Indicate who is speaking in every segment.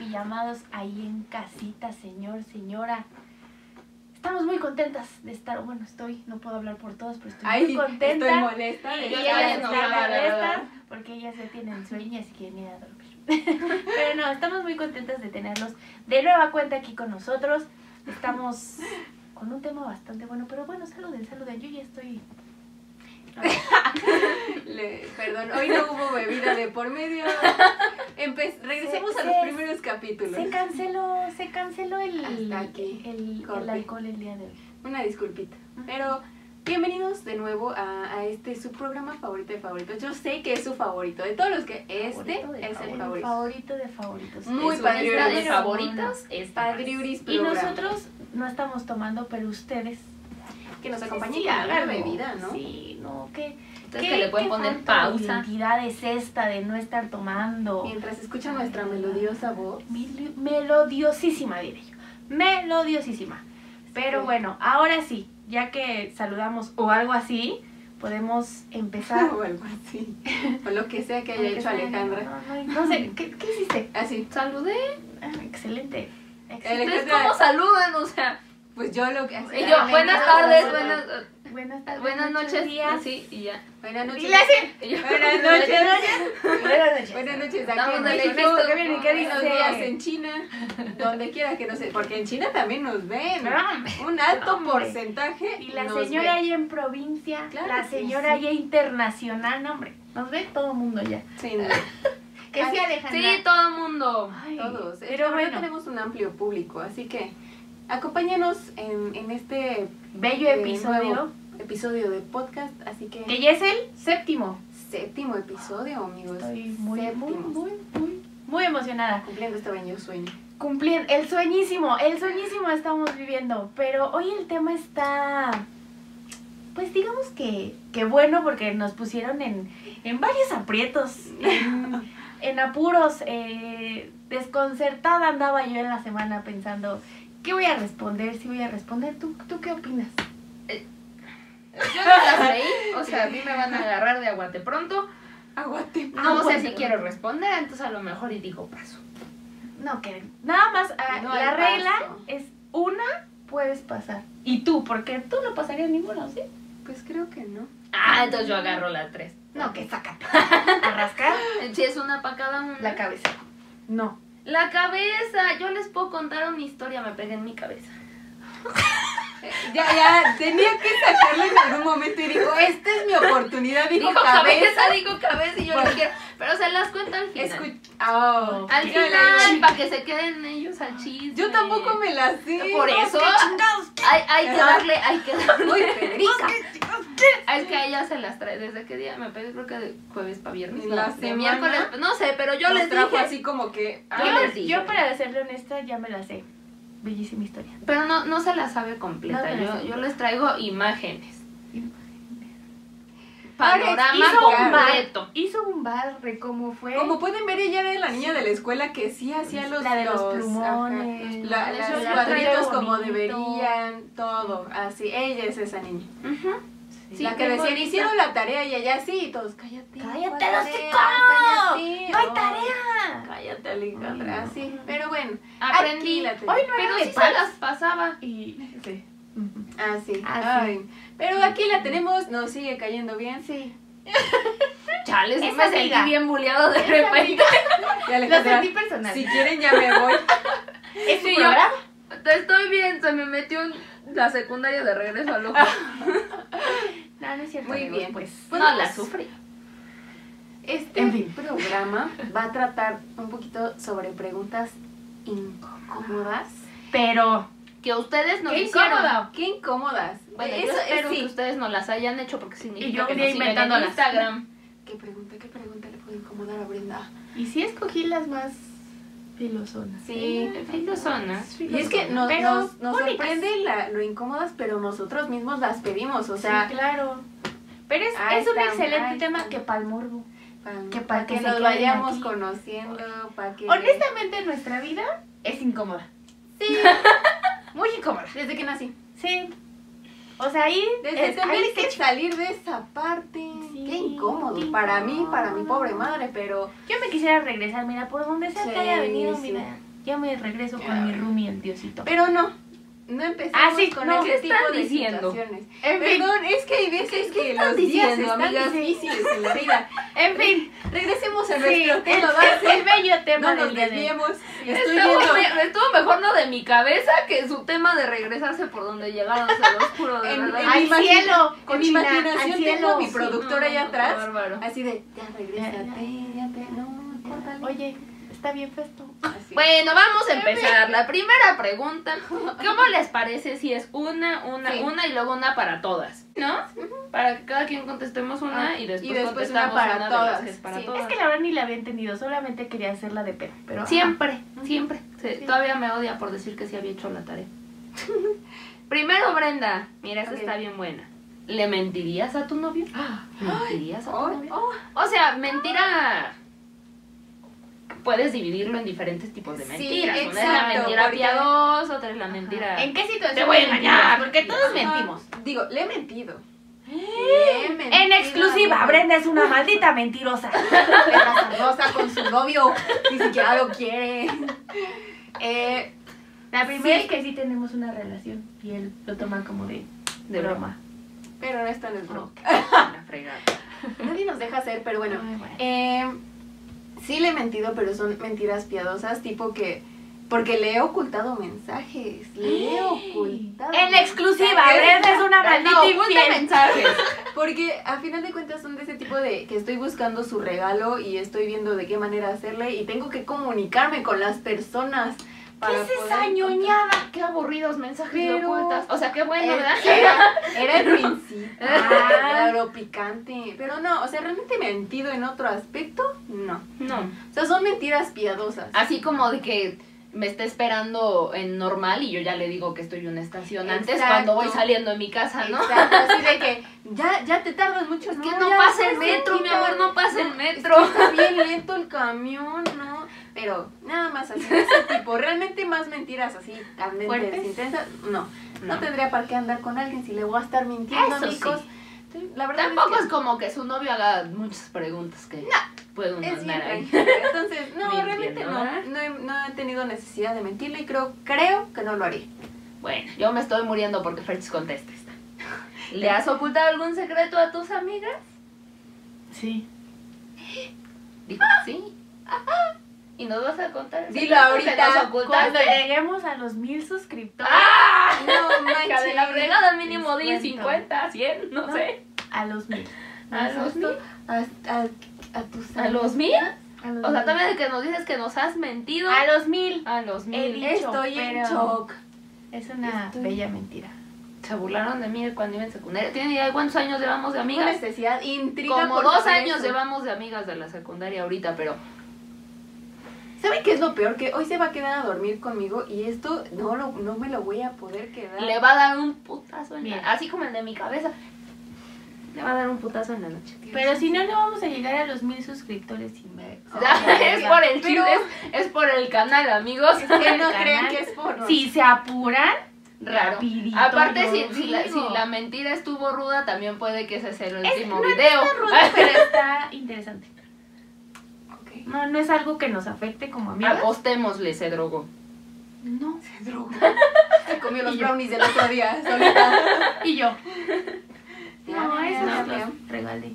Speaker 1: y amados ahí en casita, señor, señora. Estamos muy contentas de estar, bueno, estoy, no puedo hablar por todos, pero estoy
Speaker 2: Ay,
Speaker 1: muy contenta.
Speaker 2: Estoy molesta. de
Speaker 1: y
Speaker 3: yo
Speaker 2: estar
Speaker 3: también
Speaker 1: ellas
Speaker 2: en
Speaker 3: no,
Speaker 1: están
Speaker 3: la
Speaker 2: sala,
Speaker 1: molestas
Speaker 2: verdad.
Speaker 1: porque ellas ya tienen sueño y se quieren ir a dormir. pero no, estamos muy contentas de tenerlos de nueva cuenta aquí con nosotros. Estamos con un tema bastante bueno, pero bueno, saluden, saluden. Yo ya estoy
Speaker 2: Le- perdón, hoy no hubo bebida de por medio. Empe- regresemos
Speaker 1: Se-
Speaker 2: a los
Speaker 1: se-
Speaker 2: primeros capítulos.
Speaker 1: Se canceló, se canceló el,
Speaker 2: Hasta aquí.
Speaker 1: el,
Speaker 2: Corte.
Speaker 1: el alcohol el día de hoy.
Speaker 2: Una disculpita. Pero bienvenidos de nuevo a, a este su programa favorito de favoritos. Yo sé que es su favorito. De todos los que este
Speaker 1: Favorito de
Speaker 2: es el
Speaker 1: favoritos.
Speaker 2: favorito.
Speaker 1: Favorito de favoritos.
Speaker 2: Muy
Speaker 3: es un
Speaker 2: padriuris.
Speaker 3: estado de
Speaker 1: Pero-
Speaker 3: favoritos. Es
Speaker 2: Padriuris
Speaker 1: Y
Speaker 2: programa.
Speaker 1: nosotros no estamos tomando, pero ustedes.
Speaker 2: que nos acompañen
Speaker 1: acompañan
Speaker 2: con algo de bebida, ¿no?
Speaker 1: Sí, no, que.
Speaker 3: Entonces que le pueden poner pausa.
Speaker 1: identidad es esta de no estar tomando?
Speaker 2: Mientras escuchan nuestra melodiosa voz.
Speaker 1: Mil- melodiosísima, diré yo. Melodiosísima. Pero
Speaker 2: Sí.
Speaker 1: bueno, ahora sí, ya que saludamos o algo así, podemos empezar.
Speaker 2: O algo así. O lo que sea que haya
Speaker 1: Aunque
Speaker 2: hecho
Speaker 1: sea-
Speaker 2: Alejandra.
Speaker 1: No, no, no sé, ¿qué, qué hiciste?
Speaker 2: Así.
Speaker 3: Saludé.
Speaker 1: Ah, excelente. excelente.
Speaker 3: Entonces,
Speaker 2: Alejandra.
Speaker 3: ¿cómo saludan? O sea,
Speaker 2: Pues yo lo que. así,
Speaker 3: y yo,
Speaker 2: ah,
Speaker 3: buenas
Speaker 2: venga,
Speaker 3: tardes,
Speaker 2: vamos a-
Speaker 3: buenas,
Speaker 1: Buenas
Speaker 3: eh,
Speaker 1: tardes.
Speaker 3: buenas noches.
Speaker 1: días.
Speaker 3: Sí, y ya.
Speaker 2: Buenas noches.
Speaker 1: Y le hace,
Speaker 3: Y yo-
Speaker 2: Buenas noches.
Speaker 1: Buenas noches.
Speaker 2: Buenas noches, aquí
Speaker 3: Estamos
Speaker 2: en
Speaker 3: de
Speaker 2: México.
Speaker 3: regreso.
Speaker 1: ¿Qué viene? ¿Qué
Speaker 2: Buenos
Speaker 1: dice?
Speaker 2: días en China, donde quiera que nos porque en China también nos ven.
Speaker 1: No, hombre.
Speaker 2: Un alto
Speaker 1: Ah, Hombre.
Speaker 2: porcentaje
Speaker 1: Y la
Speaker 2: nos
Speaker 1: señora
Speaker 2: ven.
Speaker 1: allá en provincia,
Speaker 2: Claro
Speaker 1: la
Speaker 2: que sí.
Speaker 1: señora allá internacional, no, hombre, nos ve todo el mundo ya.
Speaker 2: Sí, no,
Speaker 1: Que
Speaker 2: Ay,
Speaker 1: sí, Alejandra.
Speaker 3: Sí, todo el mundo.
Speaker 1: Ay,
Speaker 2: todos.
Speaker 1: Pero
Speaker 2: Pero
Speaker 1: bueno,
Speaker 2: tenemos un amplio público, así que acompáñanos en, en este
Speaker 1: bello
Speaker 2: eh,
Speaker 1: episodio,
Speaker 2: nuevo episodio de podcast, así que
Speaker 1: que ya es el séptimo.
Speaker 2: séptimo episodio, amigos.
Speaker 1: Estoy muy, muy,
Speaker 2: Séptimo.
Speaker 1: muy, muy, muy emocionada.
Speaker 2: Cumpliendo este baño sueño.
Speaker 1: Cumpliendo, el sueñísimo, el sueñísimo estamos viviendo, pero hoy el tema está, pues digamos que, que bueno porque nos pusieron en, en varios aprietos, en, en apuros, eh, desconcertada andaba yo en la semana pensando, ¿qué voy a responder? Si voy a responder, ¿tú, tú qué opinas?
Speaker 3: Yo no las leí, o sea, a mí me van a agarrar de aguate pronto.
Speaker 2: Aguante.
Speaker 3: No sé si quiero responder, entonces a lo mejor y digo paso.
Speaker 1: No, que nada más, ah,
Speaker 2: No
Speaker 1: la
Speaker 2: hay
Speaker 1: regla
Speaker 2: paso.
Speaker 1: es una, puedes pasar. Y tú, porque tú no pasarías ninguno, ¿sí?
Speaker 2: Pues creo que no.
Speaker 3: Ah, entonces yo agarro la 3.
Speaker 1: No, que sácate. A rascar
Speaker 3: Si es una para cada uno.
Speaker 1: la cabeza. No.
Speaker 3: La cabeza, yo les puedo contar una historia, me pegué en mi cabeza.
Speaker 2: Ya, ya, tenía que sacarlo en algún momento y dijo, esta es mi oportunidad, dijo,
Speaker 3: Digo
Speaker 2: cabeza.
Speaker 3: cabeza, digo cabeza y yo
Speaker 2: Bueno.
Speaker 3: les quiero. Pero se las cuento al final.
Speaker 2: Escuch- Oh,
Speaker 3: al
Speaker 2: mira,
Speaker 3: final,
Speaker 2: la-
Speaker 3: para que se queden ellos al chisme.
Speaker 2: Yo tampoco me la sé.
Speaker 3: Por eso. Hay, hay que
Speaker 2: Ajá.
Speaker 3: darle, hay que darle.
Speaker 2: Muy Federica.
Speaker 3: Es que a ella se las trae. ¿Desde qué día? Me pegué, creo que de jueves para viernes.
Speaker 2: En
Speaker 3: No,
Speaker 2: la
Speaker 3: de
Speaker 2: semana.
Speaker 3: miércoles. No sé, pero yo
Speaker 2: Nos
Speaker 3: les
Speaker 2: trajo
Speaker 3: dije.
Speaker 2: así como que.
Speaker 3: Yo
Speaker 2: ah,
Speaker 1: Yo,
Speaker 3: les dije.
Speaker 1: yo, para serle honesta, ya me la sé. Bellísima historia.
Speaker 3: Pero no, no se la sabe completa.
Speaker 1: No me la
Speaker 3: yo,
Speaker 1: sé.
Speaker 3: yo les traigo imágenes.
Speaker 2: Ahora,
Speaker 3: Panorama
Speaker 2: hizo un bar.
Speaker 3: completo.
Speaker 1: Hizo un barre, ¿cómo fue?
Speaker 2: Como pueden ver, ella era la niña de la escuela que sí hacía los.
Speaker 1: La de los
Speaker 2: ajá,
Speaker 1: plumones.
Speaker 2: los- la-
Speaker 3: Los
Speaker 2: las
Speaker 3: plumones.
Speaker 2: cuadritos
Speaker 1: Yo
Speaker 2: como
Speaker 1: bonito.
Speaker 2: deberían, todo. Así, ella es esa niña.
Speaker 3: Ujú.
Speaker 1: Sí.
Speaker 2: la que
Speaker 3: muy
Speaker 2: decían,
Speaker 3: bonita.
Speaker 2: hicieron la tarea y ella sí, y todos, cállate.
Speaker 1: ¡Cállate,
Speaker 2: ¿cuál
Speaker 1: los
Speaker 2: tarea?
Speaker 1: chicos!
Speaker 2: Cállate,
Speaker 1: ¡No hay
Speaker 2: oh,
Speaker 1: tarea!
Speaker 2: Cállate, Alejandra.
Speaker 1: Ay, no.
Speaker 2: Así, pero bueno.
Speaker 3: Aprendí.
Speaker 2: Aquí la
Speaker 1: Hoy no
Speaker 3: Pero sí
Speaker 1: era de
Speaker 3: se
Speaker 1: paz.
Speaker 3: las pasaba.
Speaker 1: Y. Sí.
Speaker 2: Ah, sí.
Speaker 1: Ah, sí.
Speaker 2: Ay, Pero aquí la tenemos, nos sigue cayendo bien.
Speaker 1: Sí.
Speaker 3: Chales, sí
Speaker 1: Esa
Speaker 3: me sentí
Speaker 1: amiga.
Speaker 3: bien buleado de
Speaker 1: Esa
Speaker 3: repente.
Speaker 2: Y
Speaker 1: Lo
Speaker 2: Alejandra,
Speaker 1: sentí personal.
Speaker 2: si quieren ya me voy.
Speaker 1: ¿Es
Speaker 3: Sí,
Speaker 1: un
Speaker 3: yo-
Speaker 1: programa?
Speaker 3: Te estoy bien, se me metió en la secundaria de regreso al ojo.
Speaker 1: No, no es cierto.
Speaker 2: Muy
Speaker 1: amigos,
Speaker 2: bien.
Speaker 1: pues.
Speaker 3: No la sufrí.
Speaker 2: Este
Speaker 1: En fin.
Speaker 2: programa va a tratar un poquito sobre preguntas incómodas.
Speaker 1: Pero.
Speaker 3: Que ustedes no
Speaker 1: Qué
Speaker 3: lo hicieron.
Speaker 1: incómoda.
Speaker 2: ¿Qué incómodas?
Speaker 3: Bueno,
Speaker 2: Eso
Speaker 3: yo espero
Speaker 2: es sí.
Speaker 3: que ustedes no las hayan hecho porque significa
Speaker 1: Y yo
Speaker 3: que
Speaker 1: venía
Speaker 3: nos siguen en
Speaker 1: inventándolas.
Speaker 3: Instagram.
Speaker 2: ¿Qué pregunta, qué pregunta le puede incomodar a Brenda?
Speaker 1: Y sí escogí las más filosonas.
Speaker 2: Sí.
Speaker 3: En fin, no son, ¿no?
Speaker 2: Y es que nos,
Speaker 1: Pero
Speaker 2: nos, nos
Speaker 1: bonitas.
Speaker 2: sorprende la- lo incómodas, pero nosotros mismos las pedimos. O sea,
Speaker 1: Sí, claro. Pero es,
Speaker 2: Ahí
Speaker 1: es un
Speaker 2: están,
Speaker 1: excelente
Speaker 2: ahí
Speaker 1: tema
Speaker 2: están.
Speaker 1: que para el morbo.
Speaker 2: para
Speaker 1: que
Speaker 2: que,
Speaker 1: para que se
Speaker 2: nos
Speaker 1: queden
Speaker 2: vayamos
Speaker 1: aquí.
Speaker 2: conociendo, para que...
Speaker 1: Honestamente, nuestra vida es incómoda.
Speaker 2: Sí,
Speaker 1: Muy incómoda.
Speaker 2: desde que nací.
Speaker 1: Sí. O sea, ahí.
Speaker 2: Desde
Speaker 1: es-
Speaker 2: tener
Speaker 1: ahí
Speaker 2: que
Speaker 1: es-
Speaker 2: salir de esa parte.
Speaker 1: Sí,
Speaker 2: qué incómodo.
Speaker 1: qué
Speaker 2: Para mí, para mi
Speaker 1: incómodo.
Speaker 2: pobre madre, pero
Speaker 1: Yo me quisiera regresar, mira, por donde sea
Speaker 2: Sí,
Speaker 1: que haya venido,
Speaker 2: sí.
Speaker 1: mira. Ya me regreso con mi roomie, el diosito.
Speaker 2: Pero no, no empezamos
Speaker 1: Ah, sí,
Speaker 2: con
Speaker 1: no,
Speaker 2: ese
Speaker 1: ¿qué
Speaker 2: tipo
Speaker 3: están
Speaker 2: de
Speaker 3: diciendo?
Speaker 2: situaciones.
Speaker 4: En fin,
Speaker 2: Perdón, es que hay veces
Speaker 3: ¿Qué
Speaker 2: que
Speaker 3: están
Speaker 2: los días
Speaker 3: diciendo,
Speaker 2: están
Speaker 3: amigas?
Speaker 2: difíciles en la vida.
Speaker 1: en fin,
Speaker 2: Regresemos a
Speaker 1: sí,
Speaker 2: nuestro
Speaker 1: el,
Speaker 2: tema
Speaker 1: el,
Speaker 2: base.
Speaker 1: bello
Speaker 2: No
Speaker 1: tema
Speaker 2: nos
Speaker 1: del día de hoy.
Speaker 2: desviemos. Estoy
Speaker 3: Estuvo,
Speaker 2: viendo
Speaker 3: me- estuvo mejor lo de mi cabeza que su tema de regresarse por donde llegaron, se los juro, de
Speaker 2: En-
Speaker 3: verdad.
Speaker 2: en
Speaker 1: Al
Speaker 2: mi imagina-
Speaker 1: cielo,
Speaker 2: con mi
Speaker 1: cochina, al
Speaker 2: imaginación tengo
Speaker 1: cielo.
Speaker 2: a mi productora allá atrás.
Speaker 4: bárbaro.
Speaker 2: Así de, ya regrésate, ya te... No, córtale.
Speaker 1: Oye, está bien festo.
Speaker 2: Así.
Speaker 3: Bueno, vamos a empezar. La primera pregunta, ¿cómo les parece si es una, una,
Speaker 2: Sí.
Speaker 3: una y luego una para todas? ¿No? Para que cada quien contestemos una
Speaker 2: Ah,
Speaker 3: y después,
Speaker 2: y después una
Speaker 3: contestamos una
Speaker 2: para
Speaker 3: para
Speaker 2: todas,
Speaker 3: todas. que es para
Speaker 2: sí.
Speaker 3: todas.
Speaker 1: Es que la verdad ni la había entendido, solamente quería hacerla de pedo. Pero
Speaker 3: Siempre, siempre. Se-
Speaker 1: Sí.
Speaker 3: Todavía me odia por decir que sí había hecho la tarea. Primero, Brenda. Mira, esta
Speaker 2: Ok.
Speaker 3: está bien buena. ¿Le mentirías a tu novio? ¿Mentirías a tu
Speaker 2: Oh,
Speaker 3: novio?
Speaker 2: oh,
Speaker 3: O sea, mentira. Puedes dividirlo en diferentes tipos de
Speaker 2: Sí,
Speaker 3: mentiras. Una es la
Speaker 2: exacto,
Speaker 3: mentira
Speaker 2: porque-
Speaker 3: piadosa, otra es la mentira.
Speaker 1: ¿En qué situación?
Speaker 3: Te voy a engañar,
Speaker 1: Porque todos
Speaker 2: ah,
Speaker 1: mentimos. ¿Eh?
Speaker 2: Digo, le he mentido. Le he mentido.
Speaker 1: En exclusiva,
Speaker 2: amigo.
Speaker 1: Brenda es una maldita mentirosa.
Speaker 2: perra sardosa con su novio. Ni siquiera lo quiere. Eh,
Speaker 1: La primera
Speaker 2: Sí.
Speaker 1: es que sí tenemos una relación y él lo toma como de,
Speaker 3: De broma.
Speaker 1: broma.
Speaker 2: pero no está en el blog.
Speaker 3: Una fregada.
Speaker 2: Nadie nos deja hacer, pero bueno.
Speaker 1: Ay, bueno.
Speaker 2: Eh, sí le he mentido, pero son mentiras piadosas, tipo que... Porque le he ocultado mensajes. Le he ocultado.
Speaker 1: En exclusiva,
Speaker 2: mensajes.
Speaker 1: Brenda es una maldita
Speaker 3: No, oculta
Speaker 1: infiel.
Speaker 3: mensajes.
Speaker 2: Porque a final de cuentas son de ese tipo de que estoy buscando su regalo y estoy viendo de qué manera hacerle y tengo que comunicarme con las personas para
Speaker 1: ¿Qué es
Speaker 2: poder
Speaker 1: esa
Speaker 2: encontrar-
Speaker 1: ñoñada?
Speaker 3: Qué aburridos mensajes
Speaker 2: le
Speaker 3: Pero...
Speaker 2: ocultas.
Speaker 3: O sea, qué bueno, ¿verdad?
Speaker 2: Era, era, era el principio,
Speaker 1: Ah.
Speaker 2: era lo picante. Pero no, o sea, realmente mentido en otro aspecto, no.
Speaker 3: No.
Speaker 2: O sea, son mentiras piadosas.
Speaker 3: Así como de que me está esperando en normal y yo ya le digo que estoy en una estación antes
Speaker 2: Exacto.
Speaker 3: cuando voy saliendo de mi casa, ¿no?
Speaker 2: Exacto, así de que ya, ya te tardas mucho.
Speaker 3: Es que no, pasa el metro, mi amor, no pasa el metro.
Speaker 2: Está bien lento el camión, ¿no? Pero nada más así, de ese tipo. Realmente más mentiras así, candentes,
Speaker 1: ¿Fuertes?
Speaker 2: intensas, no. No
Speaker 3: No.
Speaker 2: tendría para qué andar con alguien si le voy a estar mintiendo,
Speaker 3: Eso
Speaker 2: amigos.
Speaker 3: sí.
Speaker 2: Entonces, La verdad
Speaker 3: Tampoco
Speaker 2: es
Speaker 3: es como que su novio haga muchas preguntas que puedo
Speaker 2: que es bien
Speaker 3: mandar ahí.
Speaker 2: tranquila. Entonces, no,
Speaker 3: Bien,
Speaker 2: realmente
Speaker 3: bien,
Speaker 2: no.
Speaker 3: ¿no?
Speaker 2: No he, no he tenido necesidad de mentirle y creo, creo que no lo haré.
Speaker 3: Bueno, yo me estoy muriendo porque Ferchis contesta esta. ¿Le has ocultado algún secreto a tus amigas?
Speaker 1: Sí.
Speaker 3: Dijo, sí. Ah. ¿Y nos vas a contar? el secreto
Speaker 2: Dilo
Speaker 3: que
Speaker 2: ahorita,
Speaker 3: nos ocultaste?
Speaker 1: Cuando lleguemos a los mil suscriptores,
Speaker 3: Ah,
Speaker 2: No,
Speaker 3: Hija
Speaker 2: manches.
Speaker 3: de la fregada mínimo 10,
Speaker 1: Descuento.
Speaker 3: 50, 100, no,
Speaker 2: No.
Speaker 3: sé.
Speaker 1: a los mil.
Speaker 3: ¿A los mil?
Speaker 2: A, a- a tus
Speaker 3: ¿A los mil? O sea, también de que nos dices que nos has mentido.
Speaker 1: A los mil.
Speaker 3: A los
Speaker 1: El
Speaker 3: mil.
Speaker 1: día- dicho,
Speaker 2: Estoy en
Speaker 1: pero-
Speaker 2: shock.
Speaker 1: Es una
Speaker 2: Estoy-
Speaker 1: bella mentira.
Speaker 3: Se burlaron de mí cuando iba en secundaria. ¿Tienen idea de cuántos años llevamos de
Speaker 2: Una
Speaker 3: amigas?
Speaker 2: necesidad intriga.
Speaker 3: Como
Speaker 2: por
Speaker 3: dos
Speaker 2: saber
Speaker 3: años
Speaker 2: eso.
Speaker 3: llevamos de amigas de la secundaria ahorita, pero
Speaker 2: ¿Saben qué es lo peor? Que hoy se va a quedar a dormir conmigo y esto no, lo, no me lo voy a poder quedar.
Speaker 3: le va a dar un putazo en
Speaker 1: Bien.
Speaker 3: la Así como el de mi cabeza. Le va a dar un putazo en la noche.
Speaker 1: Pero si no, no vamos a llegar a los mil suscriptores sin ver.
Speaker 3: es por el
Speaker 2: Pero-
Speaker 3: chiste, es, es por el canal, amigos.
Speaker 2: Es que no
Speaker 1: el
Speaker 2: crean
Speaker 1: canal.
Speaker 2: que es por
Speaker 1: Si se apuran,
Speaker 3: Raro.
Speaker 1: Rapidito,
Speaker 3: Aparte, si,
Speaker 1: yo
Speaker 3: si la,
Speaker 1: digo.
Speaker 3: si la mentira estuvo ruda, también puede que ese sea el
Speaker 1: Es-
Speaker 3: último
Speaker 1: no
Speaker 3: video.
Speaker 1: está rudo, pero está interesante.
Speaker 2: Ok.
Speaker 1: No, no es algo que nos afecte como amigas.
Speaker 3: Apostémosle, se drogó.
Speaker 1: No.
Speaker 2: Se drogó. Se comió los
Speaker 1: Y yo.
Speaker 2: brownies del otro día, solita.
Speaker 1: Y yo.
Speaker 2: Ya,
Speaker 1: No,
Speaker 2: ya,
Speaker 1: eso
Speaker 2: ya,
Speaker 1: Ah, no pues.
Speaker 2: ya.
Speaker 1: los regalé.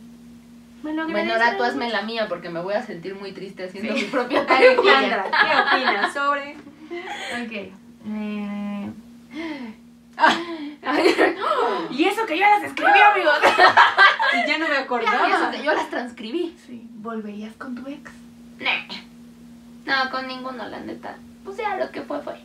Speaker 1: Me
Speaker 3: Bueno,
Speaker 1: lo agradecen.
Speaker 3: ahora tú hazme la mía porque me voy a sentir muy triste haciendo
Speaker 1: Sí.
Speaker 3: mi propia tarea.
Speaker 2: Alejandra, ¿qué opinas sobre?
Speaker 1: Ok. Eh,
Speaker 3: Ay,
Speaker 1: Y eso que yo las escribí, amigos.
Speaker 2: Y ya no me
Speaker 3: y eso
Speaker 2: acordaba.
Speaker 3: que yo las transcribí.
Speaker 1: Sí. ¿Volverías con tu ex?
Speaker 3: No, con ninguno, la neta. Pues ya lo que fue fue.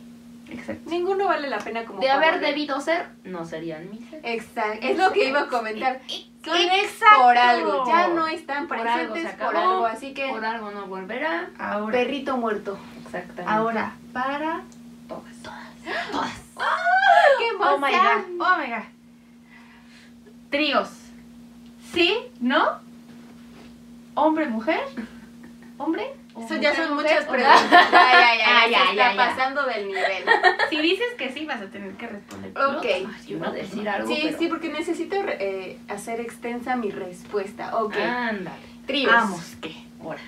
Speaker 1: Exacto.
Speaker 2: Ninguno vale la pena como
Speaker 3: De haber
Speaker 2: favorito.
Speaker 3: debido ser, no serían mis.
Speaker 2: Exacto, es lo que iba a comentar. Son ex
Speaker 1: Exacto.
Speaker 2: por algo, ya no están
Speaker 3: Por algo se
Speaker 2: presentes por algo,
Speaker 3: acabó.
Speaker 2: así que
Speaker 3: Por algo no volverá.
Speaker 1: Ahora.
Speaker 2: perrito muerto.
Speaker 3: Exactamente.
Speaker 1: Ahora. Para.
Speaker 3: todas. Todas. Todas.
Speaker 2: ¡Qué
Speaker 1: Oh my god. Oh my god. Tríos. ¿Sí? ¿No? ¿Hombre, mujer? ¿Hombre? o
Speaker 2: Eso ya
Speaker 1: mujer,
Speaker 2: son
Speaker 1: mujer,
Speaker 2: muchas
Speaker 1: o-
Speaker 2: preguntas. Ya, ya,
Speaker 1: Ah,
Speaker 2: ya, ya,
Speaker 1: ya,
Speaker 2: se
Speaker 1: ya,
Speaker 2: está
Speaker 1: ya.
Speaker 2: pasando del nivel.
Speaker 1: Si dices que sí, vas a tener que responder.
Speaker 2: Ok.
Speaker 3: Ay, yo iba a decir algo.
Speaker 2: Sí,
Speaker 3: pero-
Speaker 2: sí, porque necesito eh, hacer extensa mi respuesta. Ok,
Speaker 3: Ándale. Pues,
Speaker 2: tríos.
Speaker 1: Vamos, ¿qué?
Speaker 3: Ahora.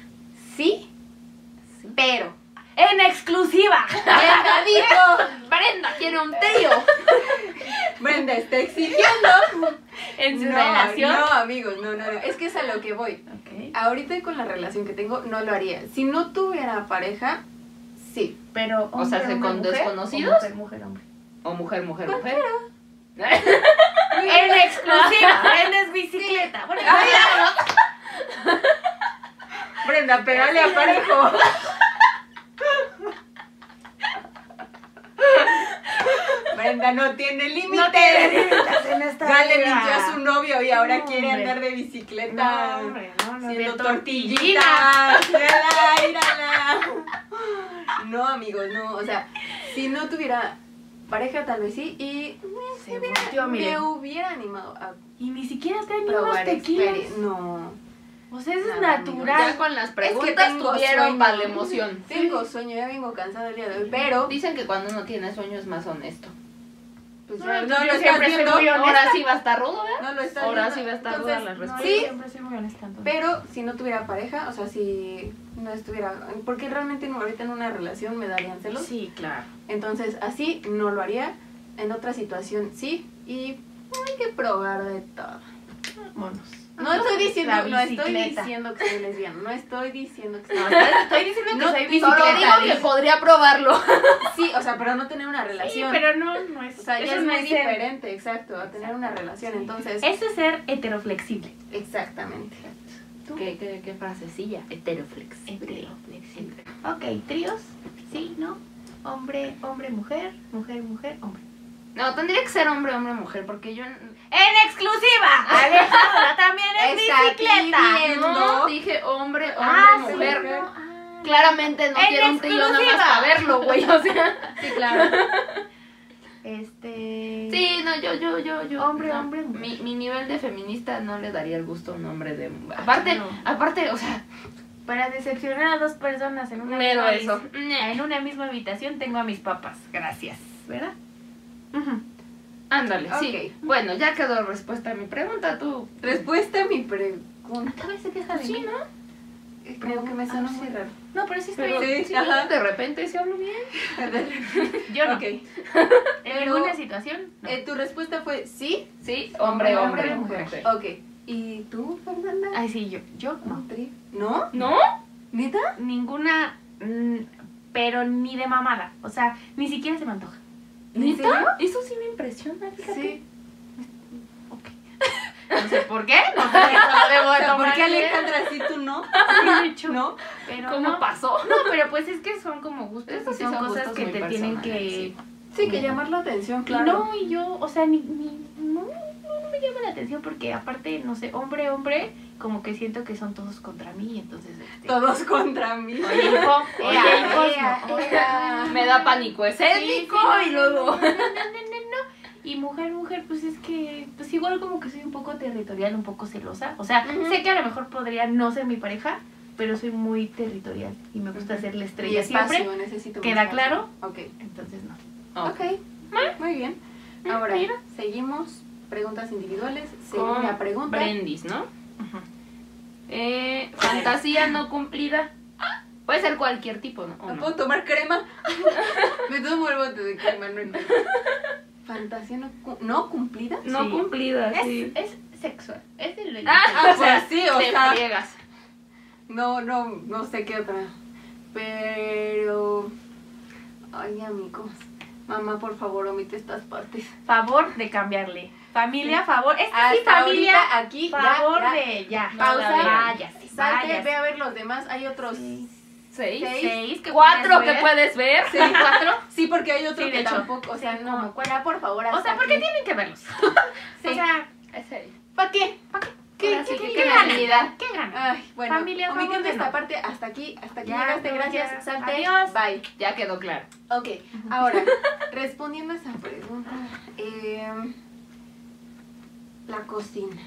Speaker 2: Sí,
Speaker 3: Sí.
Speaker 2: pero.
Speaker 1: en exclusiva.
Speaker 3: Brenda dijo, Brenda quiere un trío.
Speaker 2: Brenda está exigiendo.
Speaker 1: En su
Speaker 2: no,
Speaker 1: relación.
Speaker 2: No, amigos, no, no, no. Es que es a lo que voy.
Speaker 1: Ok.
Speaker 2: Ahorita con la relación que tengo, no lo haría. Si no tuviera pareja, sí.
Speaker 1: Pero,
Speaker 3: O sea,
Speaker 1: hombre,
Speaker 3: ¿se
Speaker 1: hombre,
Speaker 3: con
Speaker 1: mujer,
Speaker 3: desconocidos?
Speaker 1: o Mujer, mujer, hombre.
Speaker 3: O mujer, mujer, mujer.
Speaker 1: En exclusiva. Vendes bicicleta. Bueno,
Speaker 2: Brenda, pegale a parejo. Brenda no tiene
Speaker 1: no te
Speaker 2: límites.
Speaker 1: detengas en esta
Speaker 2: Ya le
Speaker 1: vida.
Speaker 2: mintió a su novio y ahora
Speaker 1: No,
Speaker 2: quiere
Speaker 1: hombre.
Speaker 2: andar de
Speaker 1: No,
Speaker 2: bicicleta.
Speaker 1: hombre, no, no.
Speaker 2: Siendo
Speaker 1: De
Speaker 2: tortillita. Mírala, mírala. No, amigos, no. O sea, si no tuviera pareja, tal vez sí. Y
Speaker 1: Se volteó,
Speaker 2: me
Speaker 1: miren.
Speaker 2: hubiera animado a
Speaker 1: Y ni siquiera traen unos
Speaker 2: probar
Speaker 1: tequilas.
Speaker 2: experien- No.
Speaker 1: O sea, eso es
Speaker 2: Nada, amigo.
Speaker 1: natural.
Speaker 4: Ya con las preguntas
Speaker 2: tengo
Speaker 4: tuvieron
Speaker 2: sueño.
Speaker 4: para la emoción.
Speaker 2: Tengo sueño, ya vengo cansada el día de hoy. Pero.
Speaker 3: Dicen que cuando uno tiene sueño es más honesto.
Speaker 2: pues,
Speaker 1: No, yo
Speaker 2: ya no lo estás
Speaker 1: siempre soy
Speaker 2: viendo.
Speaker 1: muy honesta.
Speaker 3: Ahora sí va a estar rudo, ¿verdad?
Speaker 2: No lo estás
Speaker 3: Ahora
Speaker 2: viendo.
Speaker 3: sí va a estar
Speaker 2: Entonces,
Speaker 3: ruda la
Speaker 1: No, yo
Speaker 3: respuesta.
Speaker 2: Sí.
Speaker 1: siempre soy muy honesta. entonces.
Speaker 2: Pero si no tuviera pareja, o sea, si no estuviera. Porque realmente no- ahorita en una relación me darían celos.
Speaker 1: Sí, claro.
Speaker 2: Entonces, así no lo haría. En otra situación sí. Y hay que probar de todo.
Speaker 1: Monos.
Speaker 2: No estoy diciendo,
Speaker 1: La
Speaker 2: no estoy
Speaker 1: bicicleta.
Speaker 2: diciendo que soy lesbiana. No estoy diciendo que soy
Speaker 1: No, estoy diciendo que
Speaker 2: No,
Speaker 1: soy
Speaker 3: Solo
Speaker 1: bicicleta.
Speaker 3: digo que
Speaker 1: dice.
Speaker 3: podría probarlo.
Speaker 2: Sí, o sea, pero no tener una
Speaker 1: Sí,
Speaker 2: relación.
Speaker 1: pero no, no es.
Speaker 2: O sea,
Speaker 1: eso
Speaker 2: ya es
Speaker 1: no
Speaker 2: muy
Speaker 1: ser.
Speaker 2: diferente, exacto, a tener una relación.
Speaker 1: Sí.
Speaker 2: Entonces,
Speaker 1: Eso es ser heteroflexible.
Speaker 2: exactamente.
Speaker 3: ¿Qué, qué, qué frasecilla? Heteroflex.
Speaker 1: Heteroflexible. Ok, tríos. Sí, ¿no? Hombre, hombre, mujer, mujer, mujer, hombre.
Speaker 3: No, tendría que ser hombre, hombre, mujer, porque yo...
Speaker 1: ¡En exclusiva! Alejandra también es
Speaker 2: Está aquí
Speaker 1: bicicleta.
Speaker 2: bien.
Speaker 3: No, dije hombre, hombre,
Speaker 1: Ah, sí,
Speaker 3: mujer.
Speaker 1: no, ah.
Speaker 3: Claramente no
Speaker 1: En
Speaker 3: quiero un tío nada más
Speaker 1: exclusiva.
Speaker 3: para verlo, güey, o sea.
Speaker 2: Sí, claro.
Speaker 1: Este.
Speaker 3: Sí, no, yo, yo, yo, yo.
Speaker 1: Hombre,
Speaker 3: no.
Speaker 1: hombre, mujer.
Speaker 3: Mi, mi nivel de feminista no le daría el gusto a un hombre de... Aparte,
Speaker 1: no.
Speaker 3: aparte, o sea,
Speaker 1: Para decepcionar a dos personas en una
Speaker 3: mero
Speaker 1: misma
Speaker 3: eso.
Speaker 1: habi- En una misma habitación tengo a mis papas. Gracias. ¿Verdad? Ujú.
Speaker 3: Ándale, sí.
Speaker 2: Ok.
Speaker 3: Bueno, ya quedó respuesta a mi pregunta, tú.
Speaker 2: Respuesta a mi pregunta.
Speaker 1: Cada vez se queja de
Speaker 3: Sí,
Speaker 1: mí.
Speaker 3: ¿no?
Speaker 2: Creo que me sonó
Speaker 1: Ah, sí.
Speaker 2: muy raro.
Speaker 1: No, pero sí estoy
Speaker 2: Pero-
Speaker 1: bien.
Speaker 2: Sí, ajá.
Speaker 3: De repente se hablo bien.
Speaker 1: Yo no.
Speaker 2: Ok.
Speaker 1: En ninguna situación. no.
Speaker 2: Eh, tu respuesta fue sí.
Speaker 3: Sí, hombre, hombre,
Speaker 1: Hombre,
Speaker 3: mujer.
Speaker 1: mujer.
Speaker 2: Ok. ¿Y tú, Fernanda?
Speaker 1: Ay, sí, yo. Yo no.
Speaker 2: Tri- ¿No?
Speaker 3: ¿No?
Speaker 2: ¿Neta?
Speaker 1: Ninguna. mm, pero ni de mamada. O sea, ni siquiera se me antoja.
Speaker 2: ¿En serio?
Speaker 3: ¿Neta? Eso sí me impresiona, fíjate.
Speaker 2: Sí.
Speaker 1: Ok. No sé por qué. No sé, no debo
Speaker 2: O
Speaker 1: de
Speaker 2: sea,
Speaker 1: tomar
Speaker 2: ¿Por qué
Speaker 1: bien.
Speaker 2: Alejandra sí, tú no?
Speaker 1: Sí, de hecho,
Speaker 2: ¿No?
Speaker 1: Pero
Speaker 3: ¿Cómo
Speaker 1: no.
Speaker 3: pasó?
Speaker 1: No, pero pues es que son como gustos
Speaker 3: Eso
Speaker 1: y
Speaker 3: sí
Speaker 1: son,
Speaker 3: son
Speaker 1: cosas
Speaker 3: gustos
Speaker 1: que
Speaker 3: muy
Speaker 1: te tienen que...
Speaker 3: personales, sí.
Speaker 2: Sí, que llamar la atención,
Speaker 1: Y
Speaker 2: claro.
Speaker 1: no, y yo, o sea, ni, ni- no, no, no me llama la atención porque aparte, no sé, hombre, hombre, como que siento que son todos contra mí, entonces... este,
Speaker 2: Todos contra mí.
Speaker 1: Oye, hijo, oye,
Speaker 3: Ea,
Speaker 1: hijos,
Speaker 2: ea,
Speaker 1: no, oye,
Speaker 2: ea.
Speaker 1: no,
Speaker 3: Me da pánico escénico
Speaker 1: Sí, sí,
Speaker 3: y
Speaker 1: no,
Speaker 3: luego.
Speaker 1: no, no, no, no, no, no. Y mujer, mujer, pues es que, pues igual como que soy un poco territorial, un poco celosa. O sea,
Speaker 2: Ujú.
Speaker 1: sé que a lo mejor podría no ser mi pareja, pero soy muy territorial y me gusta
Speaker 2: Ujú.
Speaker 1: ser la
Speaker 2: Y
Speaker 1: estrella
Speaker 2: espacio,
Speaker 1: siempre.
Speaker 2: necesito
Speaker 1: ¿Queda
Speaker 2: espacio.
Speaker 1: claro?
Speaker 2: Ok.
Speaker 1: Entonces no.
Speaker 2: Ok.
Speaker 3: oh,
Speaker 2: Muy bien. Ahora,
Speaker 1: mira.
Speaker 2: seguimos. Preguntas individuales.
Speaker 3: Con
Speaker 2: Segunda pregunta.
Speaker 3: Brendis, ¿no?
Speaker 1: Ujú.
Speaker 3: Eh, fantasía no cumplida. Puede ser cualquier tipo, oh, ¿no? ¿O
Speaker 2: ¿No
Speaker 3: no?
Speaker 2: puedo tomar crema? Me tomo el bote de crema, no entiendo. ¿Fantasía no, cu- no cumplida?
Speaker 3: No
Speaker 1: Sí.
Speaker 3: cumplida, sí.
Speaker 1: Es, es sexual, es de lo
Speaker 3: Ah,
Speaker 2: o sea, sí, o
Speaker 3: te
Speaker 2: sea.
Speaker 3: friegas.
Speaker 2: No, no, no sé qué otra. Pero. Ay, amigos. Mamá, por favor, omite estas partes.
Speaker 1: favor de cambiarle. Familia, favor. Este sí,
Speaker 2: Hasta
Speaker 1: familia.
Speaker 2: ahorita, aquí, ya,
Speaker 1: favor
Speaker 2: ya.
Speaker 1: de ya.
Speaker 3: No
Speaker 2: Pausa.
Speaker 3: la vean.
Speaker 1: Váyase,
Speaker 2: Salte, ve
Speaker 1: váyase.
Speaker 2: a ver los demás. Hay otros.
Speaker 1: Sí.
Speaker 3: Seis.
Speaker 2: Seis.
Speaker 1: Seis que
Speaker 3: Cuatro
Speaker 1: puedes
Speaker 3: que
Speaker 1: ver.
Speaker 3: puedes ver.
Speaker 2: Sí.
Speaker 3: Cuatro.
Speaker 2: Sí, porque hay otro
Speaker 1: Sí, de
Speaker 2: que
Speaker 1: hecho.
Speaker 2: tampoco. O sea, no.
Speaker 1: Como
Speaker 2: Ya, por favor,
Speaker 1: O sea, ¿por qué tienen que verlos?
Speaker 2: Sí.
Speaker 1: O sea,
Speaker 3: Es seis.
Speaker 2: ¿Para qué?
Speaker 1: ¿qué,
Speaker 3: Ahora sí
Speaker 1: qué,
Speaker 3: que
Speaker 1: qué, Ah,
Speaker 3: qué
Speaker 1: ganan?
Speaker 3: necesidad.
Speaker 1: ¿Qué ganan?
Speaker 2: Ay, bueno,
Speaker 1: Familia,
Speaker 2: omitiendo
Speaker 1: favor de
Speaker 2: esta
Speaker 1: no.
Speaker 2: parte, hasta aquí, hasta aquí
Speaker 1: Ya,
Speaker 2: llegaste,
Speaker 1: no,
Speaker 2: gracias,
Speaker 1: ya.
Speaker 2: salte,
Speaker 1: Adiós.
Speaker 2: bye.
Speaker 3: Ya quedó claro.
Speaker 2: Ok, ahora, respondiendo a esa pregunta, eh, la cocina.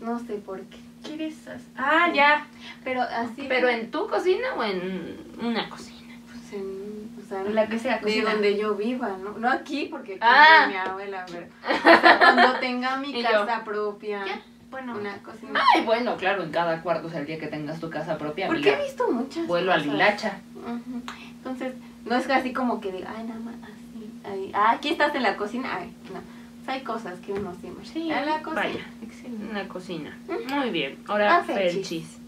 Speaker 2: No sé por qué,
Speaker 1: ¿Quieres? as- Ah, ya.
Speaker 2: pero así...
Speaker 3: ¿Pero en tu cocina o en una cocina?
Speaker 2: pues, en- o sea,
Speaker 1: La que sea
Speaker 2: de
Speaker 1: cocina.
Speaker 2: donde yo viva, ¿no? No aquí, porque aquí
Speaker 3: Ah.
Speaker 2: vive mi abuela, pero o sea, cuando tenga mi
Speaker 3: Y yo.
Speaker 2: casa propia.
Speaker 1: Ya. Ah, Bueno,
Speaker 2: Una cocina.
Speaker 3: Ay, bueno, claro, en cada cuarto, o sea, el día que tengas tu casa propia,
Speaker 2: Porque
Speaker 3: mira,
Speaker 2: he visto muchas.
Speaker 3: vuelo al
Speaker 2: cosas.
Speaker 3: hilacha.
Speaker 2: Ujú. Entonces, no es así como que diga, ay, nada más así. ahí. Ah, aquí estás en la cocina. Ay, no. O sea, hay cosas que uno siempre.
Speaker 1: Sí,
Speaker 2: en la cocina.
Speaker 4: vaya.
Speaker 1: excelente.
Speaker 3: En la cocina. Muy bien. Ahora,
Speaker 2: Ah, Ferchis.
Speaker 3: Ferchis.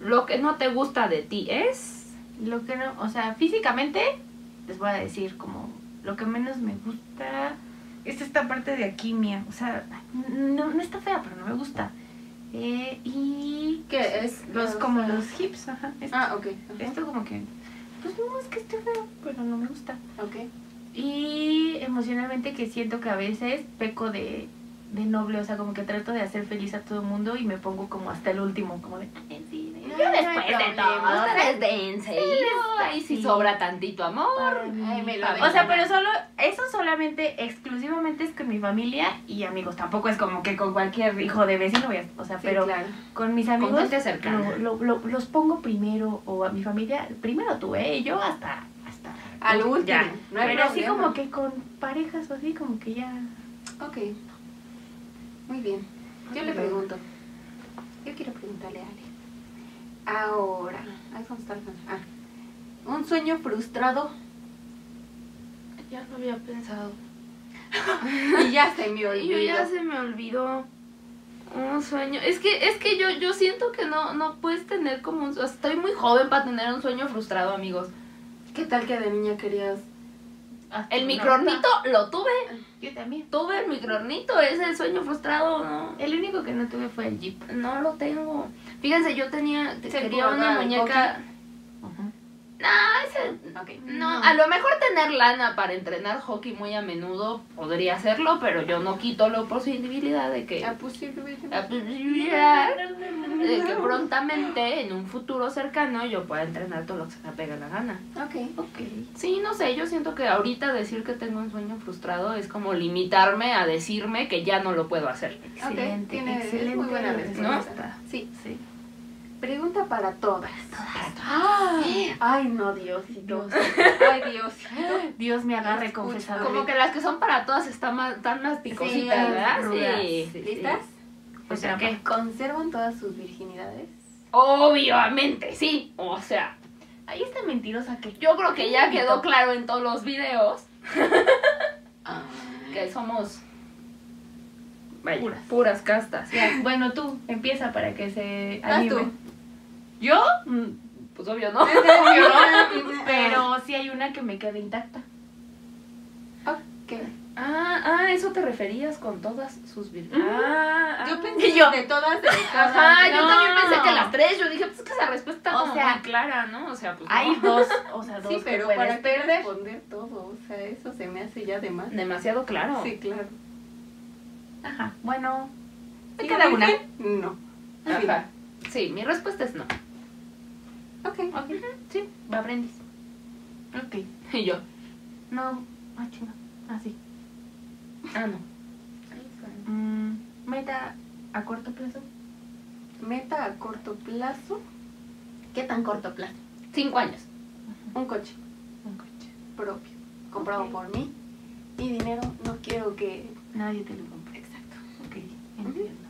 Speaker 3: Lo que no te gusta de ti es.
Speaker 1: Lo que no, o sea, físicamente les voy a decir como lo que menos me gusta es esta parte de aquí mía. O sea, no, no está fea, pero no me gusta. Eh, y
Speaker 4: Que es
Speaker 1: los como los hips, ajá. Esto,
Speaker 2: Ah, ok.
Speaker 1: esto como que, pues no, es que esté feo, pero no me gusta.
Speaker 2: Ajá, Ok.
Speaker 1: Y emocionalmente que siento que a veces peco de, de noble, o sea, como que trato de hacer feliz a todo el mundo y me pongo como hasta el último, como de, "Ay, sí, de-
Speaker 2: No,
Speaker 1: yo
Speaker 2: no hay
Speaker 3: Pues,
Speaker 1: después de
Speaker 2: problema,
Speaker 1: todo.
Speaker 3: Ustedes dense. Y si
Speaker 1: sí.
Speaker 3: sobra tantito amor.
Speaker 2: Ay, me lo
Speaker 3: Ah,
Speaker 1: O sea, pero solo, eso solamente, exclusivamente es con mi familia y amigos. Tampoco es como que con cualquier hijo de vecino, voy a- o sea,
Speaker 2: Sí,
Speaker 1: pero
Speaker 2: claro.
Speaker 1: con mis amigos
Speaker 3: Con gente cercana.
Speaker 1: lo- lo- lo- los pongo primero o a mi familia, primero tú, ¿eh? Y yo hasta, hasta.
Speaker 2: Al último.
Speaker 3: Ya.
Speaker 2: No hay
Speaker 1: pero así
Speaker 2: problema.
Speaker 1: como que con parejas o así, como que ya.
Speaker 2: Ok. Muy bien. Yo le
Speaker 1: Ok.
Speaker 2: pregunto. Yo quiero preguntarle a Ale. Ahora. ahí vamos a estar con- Ah. Un sueño frustrado.
Speaker 4: Ya no había pensado.
Speaker 2: Y ya se me
Speaker 4: Yo
Speaker 2: olvidó.
Speaker 4: ya se me olvidó un sueño. Es que, es que yo, yo siento que no, no puedes tener como un o sea, Estoy muy joven para tener un sueño frustrado, amigos.
Speaker 2: ¿Qué tal que de niña querías?
Speaker 3: El microornito lo tuve.
Speaker 1: Yo también.
Speaker 4: Tuve el microornito, es el sueño frustrado, ¿no?
Speaker 1: El único que no tuve fue el jeep.
Speaker 4: No lo tengo. Fíjense, yo tenía,
Speaker 2: Se
Speaker 4: quería
Speaker 2: pudo
Speaker 4: una
Speaker 2: dar,
Speaker 4: muñeca. No, ese-
Speaker 2: Ok.
Speaker 4: no,
Speaker 1: No.
Speaker 4: a
Speaker 3: A lo mejor tener lana para entrenar hockey muy a menudo podría hacerlo, pero yo no quito la posibilidad de que,
Speaker 2: Ah, pues sí, lo hubiera-
Speaker 3: la posibilidad de que prontamente, en un futuro cercano, yo pueda entrenar todo lo que se me pega la gana.
Speaker 2: Ok.
Speaker 1: Ok.
Speaker 3: Sí, no sé, yo siento que ahorita decir que tengo un sueño frustrado es como limitarme a decirme que ya no lo puedo hacer.
Speaker 1: Excelente.
Speaker 2: tiene- es
Speaker 1: excelente.
Speaker 2: muy buena respuesta. Sí.
Speaker 1: Sí.
Speaker 2: Pregunta para todas.
Speaker 1: Ah,
Speaker 2: Ay, no, Dios. Dios. Ay, Dios.
Speaker 1: Dios me agarre
Speaker 2: Escucha,
Speaker 1: confesado.
Speaker 3: Como que las que son para todas están más, tan más picositas,
Speaker 2: Sí,
Speaker 3: ¿verdad?
Speaker 1: rudas.
Speaker 3: sí.
Speaker 2: ¿Listas?
Speaker 3: O sea, ¿qué?
Speaker 2: ¿Conservan todas sus virginidades?
Speaker 3: Obviamente, sí. O sea,
Speaker 1: Ahí está mentirosa que
Speaker 3: Yo creo que ya quedó claro en todos los videos que somos vaya,
Speaker 1: Puras.
Speaker 3: puras castas.
Speaker 1: Ya, bueno, tú empieza para que se
Speaker 2: Vas
Speaker 1: anime.
Speaker 2: tú.
Speaker 1: Yo, Mm,
Speaker 3: Pues obvio, ¿no?
Speaker 1: pero sí hay una que me queda intacta.
Speaker 2: Ok.
Speaker 3: Ah, ah, eso te referías con todas sus virtudes.
Speaker 1: Ujú.
Speaker 3: Ah, ah.
Speaker 2: Yo pensé
Speaker 1: yo.
Speaker 2: de todas, de todas.
Speaker 3: Ajá, yo
Speaker 1: No.
Speaker 3: también pensé que las tres. Yo dije, pues que esa respuesta está
Speaker 1: O
Speaker 3: como
Speaker 1: sea,
Speaker 3: muy clara, ¿no? O sea, pues.
Speaker 1: Hay
Speaker 3: no.
Speaker 1: dos, o sea, dos
Speaker 2: Sí, pero
Speaker 1: que
Speaker 2: para
Speaker 1: puedes
Speaker 2: qué
Speaker 1: perder.
Speaker 2: responder todo, o sea, eso se me hace ya de más.
Speaker 3: Demasiado claro.
Speaker 2: Sí, claro.
Speaker 1: Ajá. Bueno,
Speaker 2: ¿Y
Speaker 1: ¿Y cada una?
Speaker 2: virgen? No.
Speaker 3: Ajá. Sí, mi respuesta es no.
Speaker 2: Ok.
Speaker 1: ok.
Speaker 3: Sí, va aprendiz.
Speaker 1: Ok.
Speaker 3: Y yo,
Speaker 1: No, ah, chinga. Así.
Speaker 3: ah, no.
Speaker 1: Mm, meta a corto plazo.
Speaker 2: Meta a corto plazo. ¿Qué tan corto plazo?
Speaker 3: Cinco años.
Speaker 2: Un coche
Speaker 1: Un coche.
Speaker 2: propio, comprado
Speaker 1: Ok.
Speaker 2: por mí. Y dinero no quiero que...
Speaker 1: Nadie te lo compra.
Speaker 2: Exacto.
Speaker 1: Ok, entiendo.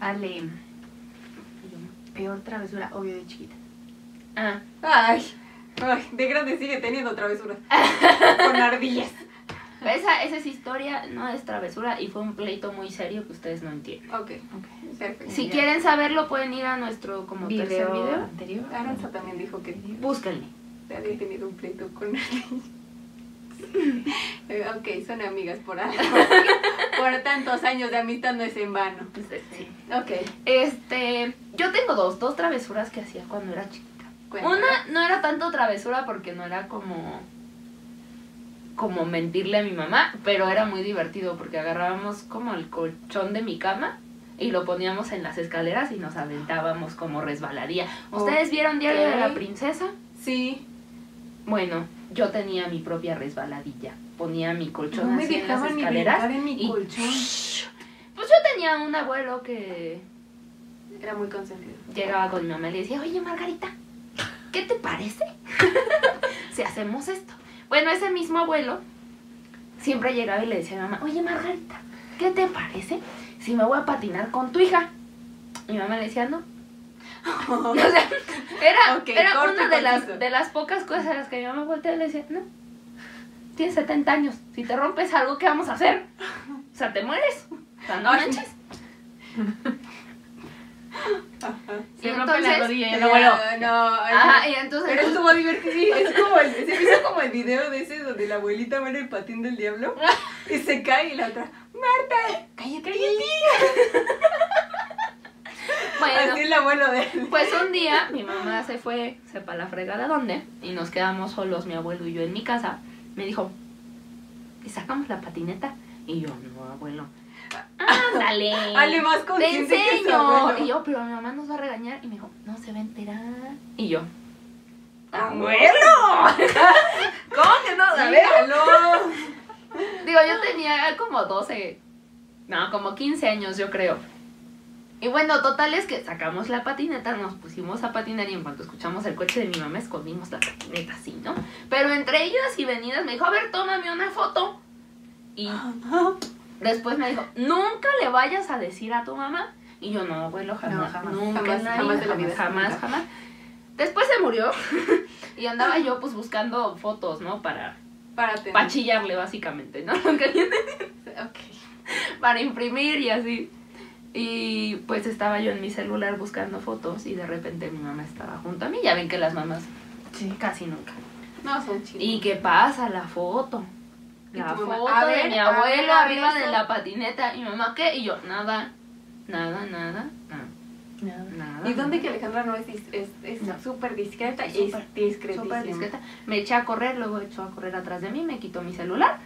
Speaker 1: Ale,
Speaker 3: Y yo, no.
Speaker 1: peor travesura, obvio de chiquita.
Speaker 3: Ah,
Speaker 2: Ay, ay, de grande sigue teniendo travesuras. Con ardillas.
Speaker 3: Esa, esa es historia, no es travesura y fue un pleito muy serio que ustedes no entienden.
Speaker 2: Ok,
Speaker 1: Ok.
Speaker 2: perfecto.
Speaker 3: Si quieren saberlo pueden ir a nuestro como tercer
Speaker 1: Video
Speaker 3: video.
Speaker 1: anterior.
Speaker 2: Aranza también dijo que
Speaker 3: Búsquenle.
Speaker 2: te había tenido un pleito con ardillas. Eh, ok, son amigas por algo. Por tantos años de amistad no es en vano.
Speaker 3: Pues, eh, sí.
Speaker 2: Ok,
Speaker 3: Este, yo tengo dos, dos travesuras que hacía cuando era chiquita.
Speaker 2: cuéntame.
Speaker 3: Una no era tanto travesura porque no era como como mentirle a mi mamá, pero era muy divertido porque agarrábamos como el colchón de mi cama y lo poníamos en las escaleras y nos aventábamos como resbaladía. ¿Ustedes vieron Diario de la
Speaker 2: Ok.
Speaker 3: Princesa?
Speaker 2: Sí,
Speaker 3: Bueno, yo tenía mi propia resbaladilla. Ponía mi colchón
Speaker 2: no me
Speaker 3: así en las
Speaker 2: dejaban ni
Speaker 3: escaleras.
Speaker 2: brincar en mi
Speaker 3: y-
Speaker 2: colchón.
Speaker 3: Pues yo tenía un abuelo que
Speaker 2: Era muy consentido.
Speaker 3: llegaba con mi mamá y le decía, oye Margarita, ¿qué te parece si hacemos esto? Bueno, ese mismo abuelo siempre llegaba y le decía a mi mamá, oye Margarita, ¿qué te parece si me voy a patinar con tu hija. Mi mamá le decía, no. O sea, era,
Speaker 2: Ok,
Speaker 3: era
Speaker 2: corto y
Speaker 3: una de las,
Speaker 2: conciso.
Speaker 3: de las pocas cosas a las que mi mamá volteaba y le decía, no, tienes 70 años, si te rompes algo, ¿qué vamos a hacer? O sea, te mueres. O sea, no
Speaker 2: Ay.
Speaker 3: manches.
Speaker 1: Se
Speaker 3: Y
Speaker 1: rompe la
Speaker 3: entonces,
Speaker 1: rodilla y
Speaker 2: Ya,
Speaker 1: el abuelo.
Speaker 2: Eh, No, ay,
Speaker 3: Ajá, y entonces...
Speaker 2: Pero estuvo divertido. Es como el, se me hizo como el video de ese donde la abuelita va en el patín del diablo y se cae y la otra, Marta, cállate.
Speaker 3: bueno,
Speaker 2: Así el abuelo de él.
Speaker 3: Pues un día mi mamá se fue, sepa la fregada dónde, y nos quedamos solos, mi abuelo y yo en mi casa. Me dijo, ¿y sacamos la patineta? Y yo, no, abuelo. Ándale.
Speaker 2: Ale más
Speaker 3: Te
Speaker 2: consciente que su
Speaker 3: enseño.
Speaker 2: abuelo.
Speaker 3: Y yo, pero mi mamá nos va a regañar. Y me dijo, no se va a enterar. Y yo,
Speaker 2: Ah, ¿Cómo que no?
Speaker 3: A ver.
Speaker 2: Dígalo.
Speaker 3: Digo, yo tenía como 12, no, como 15 años, yo creo. Y bueno, total es que sacamos la patineta, nos pusimos a patinar y en cuanto escuchamos el coche de mi mamá, escondimos la patineta así, ¿no? Pero entre idas y venidas me dijo, a ver, tómame una foto. Y después me dijo, nunca le vayas a decir a tu mamá. Y yo, no, abuelo, jamás,
Speaker 2: No, jamás,
Speaker 3: nunca,
Speaker 2: jamás,
Speaker 3: nadie,
Speaker 2: jamás de la vida,
Speaker 3: jamás,
Speaker 2: nunca.
Speaker 3: jamás. Después se murió y andaba yo pues buscando fotos, ¿no? Para
Speaker 2: Párate.
Speaker 3: para chillarle básicamente, ¿no? Nunca ni-
Speaker 2: Ok.
Speaker 3: para imprimir y así. Y pues estaba yo en mi celular buscando fotos y de repente mi mamá estaba junto a mí. Ya ven que las mamás
Speaker 1: Sí.
Speaker 3: casi nunca.
Speaker 2: No son chidos.
Speaker 3: ¿Y qué pasa? La foto.
Speaker 2: Y
Speaker 3: La
Speaker 2: tu mamá,
Speaker 3: foto
Speaker 2: a
Speaker 3: de
Speaker 2: ver,
Speaker 3: mi
Speaker 2: a ver,
Speaker 3: abuelo
Speaker 2: a ver
Speaker 3: arriba de
Speaker 2: eso.
Speaker 3: la patineta. ¿Y mi mamá qué? Y yo, nada, nada, nada, nada, nada.
Speaker 2: ¿Y dónde que Alejandra no es dis- es es
Speaker 3: No.
Speaker 2: súper discreta y
Speaker 3: Súper,
Speaker 2: es discretísima?
Speaker 3: Súper discreta. Me eché a correr, luego echó a correr atrás de mí, me quitó mi celular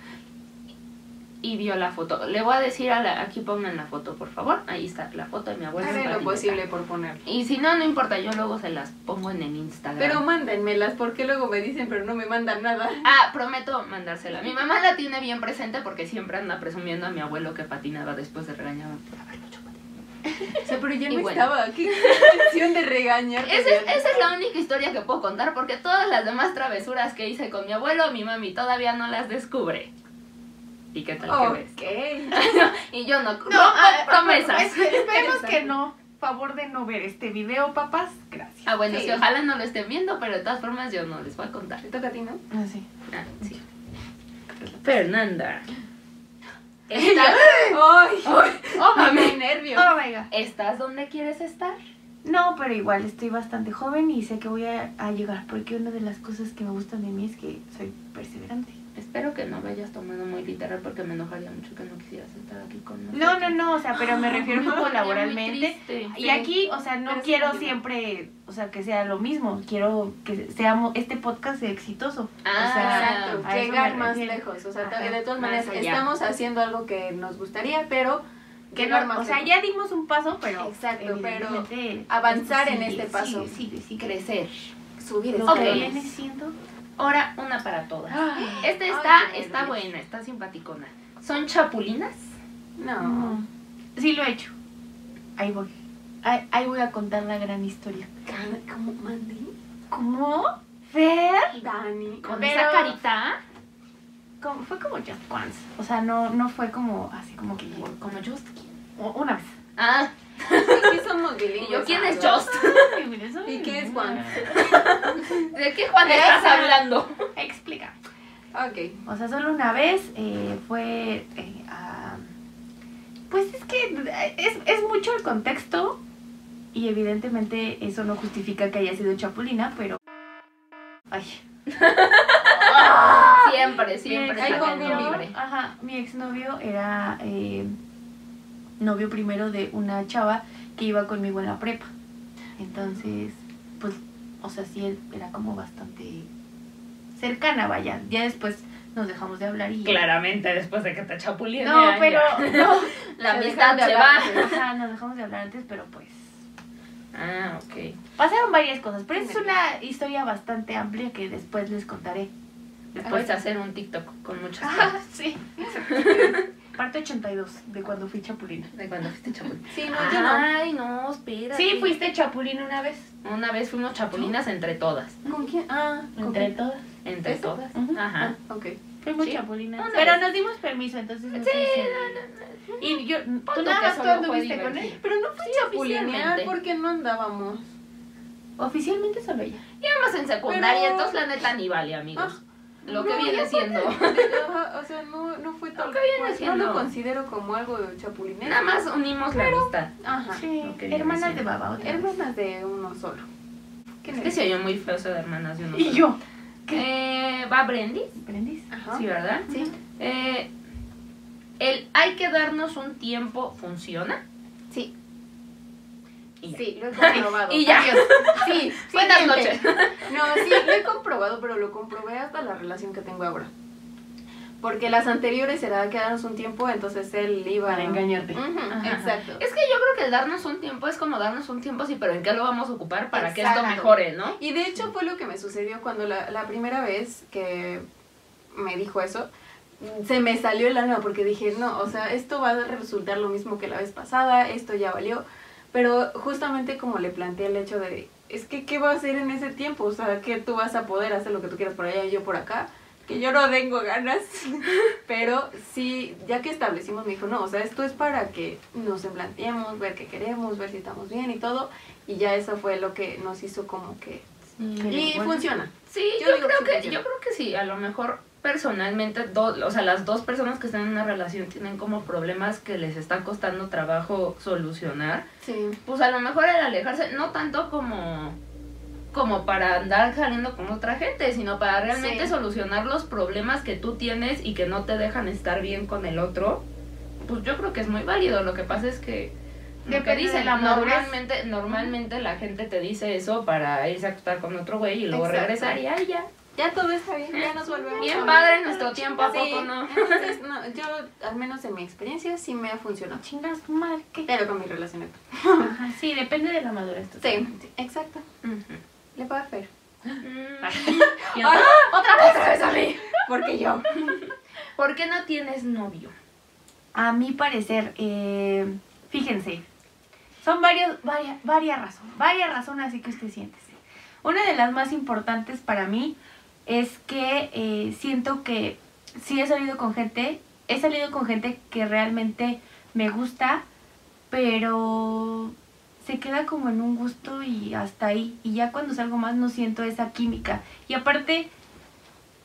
Speaker 3: y vio la foto. Le voy a decir a la, aquí pongan la foto, por favor. Ahí está la foto de mi abuela. en
Speaker 2: Hagan lo
Speaker 3: patineta.
Speaker 2: posible por poner.
Speaker 3: Y si no, no importa, yo luego se las pongo en el Instagram.
Speaker 2: Pero mándenmelas porque luego me dicen, pero no me mandan nada.
Speaker 3: Ah, prometo mandársela. Mi mamá la tiene bien presente porque siempre anda presumiendo a mi abuelo que patinaba después de regañarme por haberlo hecho patinar.
Speaker 2: O sea, pero yo
Speaker 3: Y
Speaker 2: no
Speaker 3: bueno.
Speaker 2: estaba. ¿Qué intención de regañar?
Speaker 3: Esa es, esa es la única historia que puedo contar porque todas las demás travesuras que hice con mi abuelo, mi mami todavía no las descubre. ¿Y qué tal que ves?
Speaker 2: Ok.
Speaker 3: Y yo Oh. no, pues. no,
Speaker 1: ah,
Speaker 3: promesas.
Speaker 1: esp- Esperemos que no. Favor de no ver este video, papás. Gracias.
Speaker 3: Ah, bueno,
Speaker 2: Sí.
Speaker 3: sí, ojalá no lo estén viendo, pero de todas formas yo no les voy a contar.
Speaker 2: Te toca a ti, ¿no?
Speaker 1: Ah, sí.
Speaker 3: Ah, sí. Fernanda. ¿Estás,
Speaker 2: ¡Ay!
Speaker 3: oh, mami,
Speaker 2: ¡Qué nervios!
Speaker 1: Oh my god.
Speaker 3: ¿Estás donde quieres estar?
Speaker 1: No, pero igual estoy bastante joven y sé que voy a, a llegar porque una de las cosas que me gustan de mí es que soy perseverante.
Speaker 3: Espero que no me hayas tomado muy literal porque me enojaría mucho que no quisieras estar aquí con nosotros.
Speaker 1: No, no, no, o sea, pero me refiero
Speaker 3: Me
Speaker 1: como
Speaker 3: pondría muy
Speaker 1: laboralmente.
Speaker 3: triste.
Speaker 1: Y aquí, o sea, no
Speaker 2: Pero sí
Speaker 1: quiero
Speaker 2: entiendo.
Speaker 1: siempre, o sea, que sea lo mismo. Quiero que seamos este podcast sea exitoso.
Speaker 3: Ah,
Speaker 1: o sea,
Speaker 2: Exacto,
Speaker 1: a eso
Speaker 2: llegar
Speaker 1: me
Speaker 2: más
Speaker 1: refiero.
Speaker 2: lejos. O sea,
Speaker 1: Ajá,
Speaker 2: de todas
Speaker 3: más
Speaker 2: maneras,
Speaker 3: allá.
Speaker 2: estamos haciendo algo que nos gustaría, pero
Speaker 1: que
Speaker 2: llegar
Speaker 1: no,
Speaker 2: más
Speaker 1: o sea,
Speaker 2: lejos.
Speaker 1: ya dimos un paso, pero
Speaker 2: Exacto, pero
Speaker 1: evidentemente
Speaker 2: avanzar
Speaker 1: esto
Speaker 2: en este paso.
Speaker 1: Sigue, sigue, sigue.
Speaker 3: crecer.
Speaker 2: subir
Speaker 1: Lo que
Speaker 2: escalones.
Speaker 1: viene siendo. Ah.
Speaker 3: Ahora una para todas.
Speaker 1: Ay,
Speaker 3: Esta
Speaker 2: Ay,
Speaker 3: está,
Speaker 2: qué
Speaker 3: está
Speaker 2: nervios.
Speaker 3: buena, está simpaticona. ¿Son chapulinas?
Speaker 2: No.
Speaker 1: no. Sí lo he hecho. Ahí voy. Ahí, ahí voy a contar la gran historia.
Speaker 2: Can- ¿Cómo Mandy?
Speaker 1: ¿Cómo? Fer.
Speaker 2: Dani.
Speaker 3: Con
Speaker 1: Pero-
Speaker 3: esa carita,
Speaker 1: como- fue como just once. O sea, no, no fue como así como que
Speaker 3: como Just.
Speaker 1: o- una vez.
Speaker 3: Ah,
Speaker 2: ¿Qué somos
Speaker 3: y
Speaker 2: bilingües?
Speaker 3: yo, ¿quién es
Speaker 2: ¿verdad?
Speaker 3: Just?
Speaker 2: ¿Y qué es once?
Speaker 3: ¿De qué Juan estás
Speaker 1: Esa.
Speaker 3: hablando?
Speaker 1: Explica.
Speaker 2: Ok.
Speaker 1: O sea, solo una vez eh, fue. eh, a- pues es que eh, es, es mucho el contexto. Y evidentemente eso no justifica que haya sido chapulina, pero. Ay,
Speaker 3: Siempre, siempre.
Speaker 1: mi
Speaker 2: Ahí
Speaker 3: saca el
Speaker 2: pongo.
Speaker 3: no
Speaker 1: exnovio,
Speaker 3: libre.
Speaker 1: ajá, mi exnovio era eh, novio primero de una chava que iba conmigo en la prepa. Entonces, pues, o sea, sí él era como bastante cercana, vaya. Ya después nos dejamos de hablar y.
Speaker 3: Claramente, después de que te chapulinean.
Speaker 1: No, pero. No,
Speaker 3: La
Speaker 2: Se
Speaker 3: amistad
Speaker 2: dejaron de
Speaker 3: se va.
Speaker 2: hablar.
Speaker 1: ajá, nos dejamos de hablar antes, pero pues.
Speaker 3: Ah, ok.
Speaker 1: Pasaron varias cosas, pero es una historia bastante amplia que después les contaré.
Speaker 3: Puedes hacer un TikTok con muchas
Speaker 1: Ah,
Speaker 3: cosas
Speaker 1: sí. Parte 82 de cuando fui chapulina.
Speaker 3: de cuando fuiste chapulina.
Speaker 2: Sí, no, yo no.
Speaker 3: Ay, no, espera.
Speaker 1: Sí, fuiste chapulín una vez.
Speaker 3: Una vez fuimos chapulinas entre todas.
Speaker 2: ¿Con quién? Ah, ¿con
Speaker 1: Entre
Speaker 2: quién?
Speaker 1: todas.
Speaker 3: Entre
Speaker 2: ¿Eso?
Speaker 3: todas.
Speaker 1: Ujú.
Speaker 3: Ajá.
Speaker 2: Ah, ok.
Speaker 1: Soy muy
Speaker 3: Sí.
Speaker 1: chapulina.
Speaker 3: Una
Speaker 1: pero
Speaker 3: vez.
Speaker 1: nos dimos permiso, entonces no
Speaker 3: Sí,
Speaker 1: sé si- Y yo, tú nada más
Speaker 3: solo
Speaker 1: tú
Speaker 3: fue
Speaker 1: anduviste con él.
Speaker 3: divertido.
Speaker 2: Pero no fue
Speaker 3: Sí,
Speaker 2: chapulinear
Speaker 3: oficialmente.
Speaker 2: porque no andábamos.
Speaker 1: Oficialmente solo ella.
Speaker 3: Íbamos en secundaria,
Speaker 2: Pero- Ah.
Speaker 3: entonces la neta ni vale, amigos. lo que
Speaker 2: No,
Speaker 3: viene
Speaker 2: yo
Speaker 3: siendo.
Speaker 2: Ajá, o sea, no, no fue tal
Speaker 3: que viene
Speaker 2: cual, No
Speaker 3: siendo.
Speaker 2: lo considero como algo de chapulineo.
Speaker 3: Nada más unimos la amistad.
Speaker 2: Ajá.
Speaker 1: Sí,
Speaker 3: lo que viene
Speaker 1: hermanas de
Speaker 3: siendo.
Speaker 1: baba otra vez.
Speaker 2: Hermanas de uno solo. ¿Quién
Speaker 3: Es que
Speaker 2: eres?
Speaker 3: se oyó muy feo eso de hermanas de uno
Speaker 1: Y
Speaker 3: solo.
Speaker 1: yo.
Speaker 3: Eh, ¿Va Brendis?
Speaker 1: ¿Aprendís?
Speaker 2: Ajá.
Speaker 3: Sí, ¿verdad?
Speaker 2: Ah. Sí.
Speaker 3: Eh, el hay que darnos un tiempo funciona.
Speaker 2: Sí.
Speaker 3: Y ya.
Speaker 2: Sí, lo he comprobado.
Speaker 3: Y ya.
Speaker 2: Adiós. Sí,
Speaker 3: Buenas
Speaker 2: siguiente.
Speaker 3: noches.
Speaker 2: No, sí, lo he comprobado, pero lo comprobé hasta la relación que tengo ahora. Porque las anteriores era quedarnos un tiempo, entonces él iba
Speaker 1: Para engañarte.
Speaker 2: Ujú,
Speaker 1: Ajá.
Speaker 2: Exacto.
Speaker 3: Es que yo creo que el darnos un tiempo es como darnos un tiempo así, pero ¿en qué lo vamos a ocupar para que esto
Speaker 2: Exacto.
Speaker 3: mejore, no?
Speaker 2: Y de hecho fue lo que me sucedió cuando la, la primera vez que me dijo eso, se me salió el alma porque dije, no, o sea, esto va a resultar lo mismo que la vez pasada, esto ya valió. Pero justamente como le planteé el hecho de, es que, ¿qué va a hacer en ese tiempo? O sea, que tú vas a poder hacer lo que tú quieras por allá y yo por acá. Que yo no tengo ganas, pero sí, ya que establecimos, me dijo, no, o sea, esto es para que nos planteemos, ver qué queremos, ver si estamos bien y todo, y ya eso fue lo que nos hizo como que y funciona.
Speaker 3: Sí,
Speaker 2: Yo
Speaker 3: yo,
Speaker 2: digo
Speaker 3: creo
Speaker 2: que sí
Speaker 3: que,
Speaker 2: funciona.
Speaker 3: yo creo que sí, a lo mejor personalmente, dos, o sea, las dos personas que están en una relación tienen como problemas que les está costando trabajo solucionar.
Speaker 2: Sí.
Speaker 3: Pues a lo mejor el alejarse, no tanto como como para andar saliendo con otra gente, sino para realmente
Speaker 2: Sí.
Speaker 3: solucionar los problemas que tú tienes y que no te dejan estar bien con el otro, pues yo creo que es muy válido. Lo que pasa es que lo que
Speaker 1: Depende de
Speaker 3: dicen,
Speaker 1: la madurez.
Speaker 3: normalmente, normalmente la gente te dice eso para irse a acostar con otro güey y luego
Speaker 2: Exacto.
Speaker 3: regresar y ay ya.
Speaker 2: Ya todo está bien, ya nos volvemos. a
Speaker 3: Bien
Speaker 2: ver.
Speaker 3: padre nuestro tiempo, ¿a
Speaker 2: Sí,
Speaker 3: poco no?
Speaker 2: Entonces, no, yo, al menos en mi experiencia, sí me ha funcionado.
Speaker 1: Chingas tu madre, ¿qué?
Speaker 2: Pero con mi relación actual.
Speaker 1: Ajá, sí, depende de la madurez. totalmente.
Speaker 2: Sí, exacto. Le puedo hacer.
Speaker 3: Mm.
Speaker 1: Ah,
Speaker 2: ¡Otra vez! ¡Otra vez a mí! Porque yo.
Speaker 3: ¿Por qué no tienes novio?
Speaker 1: A mi parecer, eh, fíjense, son varios, varias, varias razones, varias razones así que usted siéntese. Una de las más importantes para mí es que eh, siento que sí he salido con gente, he salido con gente que realmente me gusta, pero se queda como en un gusto y hasta ahí. Y ya cuando salgo más no siento esa química. Y aparte,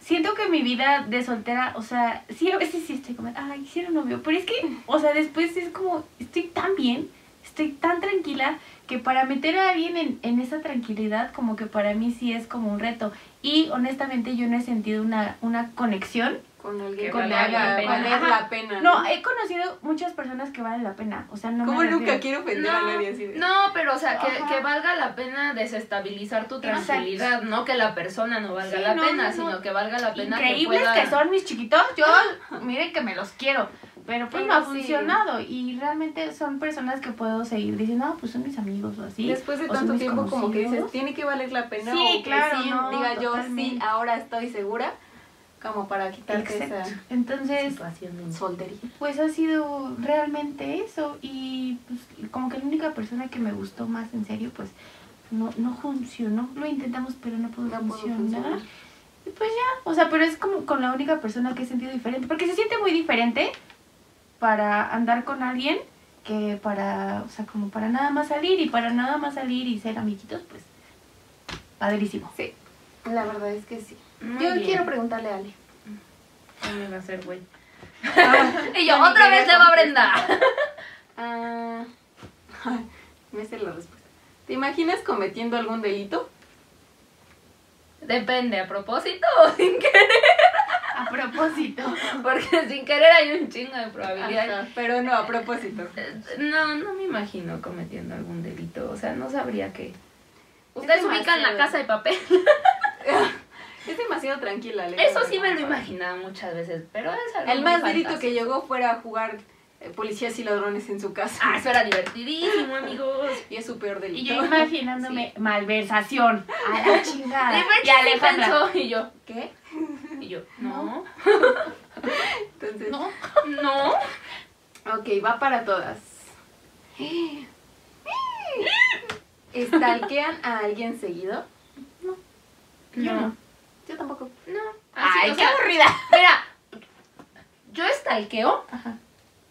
Speaker 1: siento que mi vida de soltera, o sea, sí, a veces sí estoy como, ay, quisiera un novio. Pero es que, o sea, después es como, estoy tan bien, estoy tan tranquila, que para meter a alguien en, en esa tranquilidad, como que para mí sí es como un reto. Y honestamente yo no he sentido una, una conexión
Speaker 2: Con
Speaker 3: Que
Speaker 2: alguien que me
Speaker 3: valga la
Speaker 2: haga
Speaker 3: pena.
Speaker 2: valer
Speaker 1: Ajá.
Speaker 2: la pena.
Speaker 1: no, eh, he conocido muchas personas que valen la pena. O sea, no me
Speaker 2: Como nunca
Speaker 1: refiero-
Speaker 2: quiero ofender a nadie así de-
Speaker 3: no, pero o sea, que,
Speaker 2: Ajá.
Speaker 3: que valga la pena desestabilizar tu
Speaker 1: Exacto.
Speaker 3: tranquilidad, no que la persona no valga
Speaker 1: Sí,
Speaker 3: la
Speaker 1: no,
Speaker 3: pena,
Speaker 1: no, no.
Speaker 3: sino que valga la pena que
Speaker 1: Increíbles
Speaker 3: pueda...
Speaker 1: que son mis chiquitos, yo miren que me los quiero, pero pues no ha
Speaker 2: Pero sí.
Speaker 1: funcionado y realmente son personas que puedo seguir diciendo, ah, pues son mis amigos o así.
Speaker 2: Después de
Speaker 1: o son
Speaker 2: tanto
Speaker 1: mis
Speaker 2: tiempo, como que
Speaker 1: conocidos.
Speaker 2: dices, tiene que valer la pena.
Speaker 1: Sí,
Speaker 2: o que
Speaker 1: claro,
Speaker 2: sí,
Speaker 1: no,
Speaker 2: diga yo, sí,
Speaker 1: totalmente.
Speaker 2: ahora estoy segura. Como para quitarte
Speaker 1: Exacto.
Speaker 2: esa
Speaker 1: Entonces,
Speaker 3: Situaciones.
Speaker 2: soltería.
Speaker 1: pues ha sido realmente eso y pues, como que la única persona que me gustó más en serio, pues no, no funcionó, lo intentamos pero no pudo
Speaker 2: No puedo
Speaker 1: funcionar.
Speaker 2: funcionar.
Speaker 1: Y pues ya, o sea, pero es como con la única persona que he sentido diferente, porque se siente muy diferente para andar con alguien que para, o sea, como para nada más salir y para nada más salir y ser amiguitos, pues padrísimo.
Speaker 2: La verdad es que sí.
Speaker 3: Muy
Speaker 2: yo
Speaker 3: bien.
Speaker 2: quiero preguntarle a Ale.
Speaker 3: ¿Qué me va a hacer, güey?
Speaker 4: Y yo, otra vez le va a Brenda.
Speaker 2: Ah, me sé la respuesta. ¿Te imaginas cometiendo algún delito?
Speaker 3: Depende, ¿a propósito o sin querer?
Speaker 1: A propósito.
Speaker 3: Porque sin querer hay un chingo de probabilidad.
Speaker 2: Ajá, pero no, a propósito.
Speaker 3: Eh, No, no me imagino cometiendo algún delito, o sea, no sabría qué.
Speaker 2: Es
Speaker 3: Ustedes
Speaker 2: demasiado.
Speaker 3: ubican la casa de papel.
Speaker 2: Es demasiado tranquila, Ale.
Speaker 3: Eso sí me lo imaginaba muchas veces, pero es algo
Speaker 2: El
Speaker 3: muy
Speaker 2: más delito
Speaker 3: fantasioso.
Speaker 2: que llegó fuera a jugar eh, policías y ladrones en su casa.
Speaker 3: Ah, eso era divertidísimo, amigos.
Speaker 2: Y es su peor
Speaker 1: Y
Speaker 2: delito.
Speaker 1: yo imaginándome malversación. A la chingada.
Speaker 3: De ver
Speaker 1: Ah, Y
Speaker 3: quién sí
Speaker 1: Alejandra.
Speaker 3: pensó, y yo,
Speaker 2: ¿Qué?
Speaker 3: y yo, no,
Speaker 2: Entonces,
Speaker 1: No.
Speaker 3: no.
Speaker 2: ok, va para todas. ¿Estalquean a alguien seguido?
Speaker 1: Yo no.
Speaker 2: Yo tampoco.
Speaker 3: No.
Speaker 1: Ay,
Speaker 3: o
Speaker 1: qué
Speaker 3: sea,
Speaker 1: Ah, aburrida.
Speaker 3: Mira, yo estalqueo
Speaker 2: Ajá.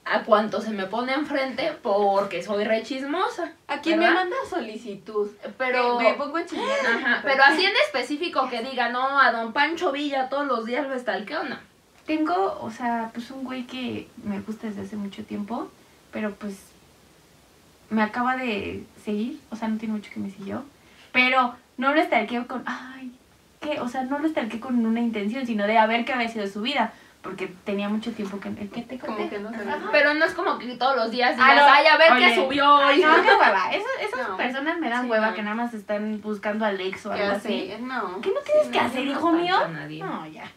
Speaker 3: a cuanto se me pone enfrente porque soy re chismosa.
Speaker 2: ¿A quién me
Speaker 3: ¿Verdad?
Speaker 2: manda solicitud?
Speaker 3: Pero,
Speaker 2: Me, me pongo a chismear.
Speaker 3: ajá, pero así en específico que diga, no, a don Pancho Villa todos los días lo estalqueo, no.
Speaker 1: Tengo, o sea, pues un güey que me gusta desde hace mucho tiempo, pero pues me acaba de seguir, o sea, no tiene mucho que me siguió, pero no lo estalqueo con, ay, ¿qué? O sea, no lo estalqueé con una intención, sino de a ver qué había sido su vida, porque tenía mucho tiempo que, que te
Speaker 2: Como
Speaker 1: conté.
Speaker 2: que no te
Speaker 1: Ajá.
Speaker 3: Pero no es como que todos los días digas,
Speaker 1: Ah, no.
Speaker 3: ay, a ver
Speaker 1: Oye.
Speaker 3: qué subió hoy.
Speaker 1: Ay, no, qué hueva. Esas, esas
Speaker 2: No.
Speaker 1: personas me dan
Speaker 3: Sí,
Speaker 1: hueva
Speaker 3: no.
Speaker 1: que nada más están buscando al ex o
Speaker 2: ¿Qué
Speaker 1: algo así.
Speaker 2: hace? No.
Speaker 1: ¿Qué no tienes que
Speaker 3: no,
Speaker 1: hacer,
Speaker 3: yo no
Speaker 1: hijo mío?
Speaker 3: tanto a nadie.
Speaker 1: No, ya.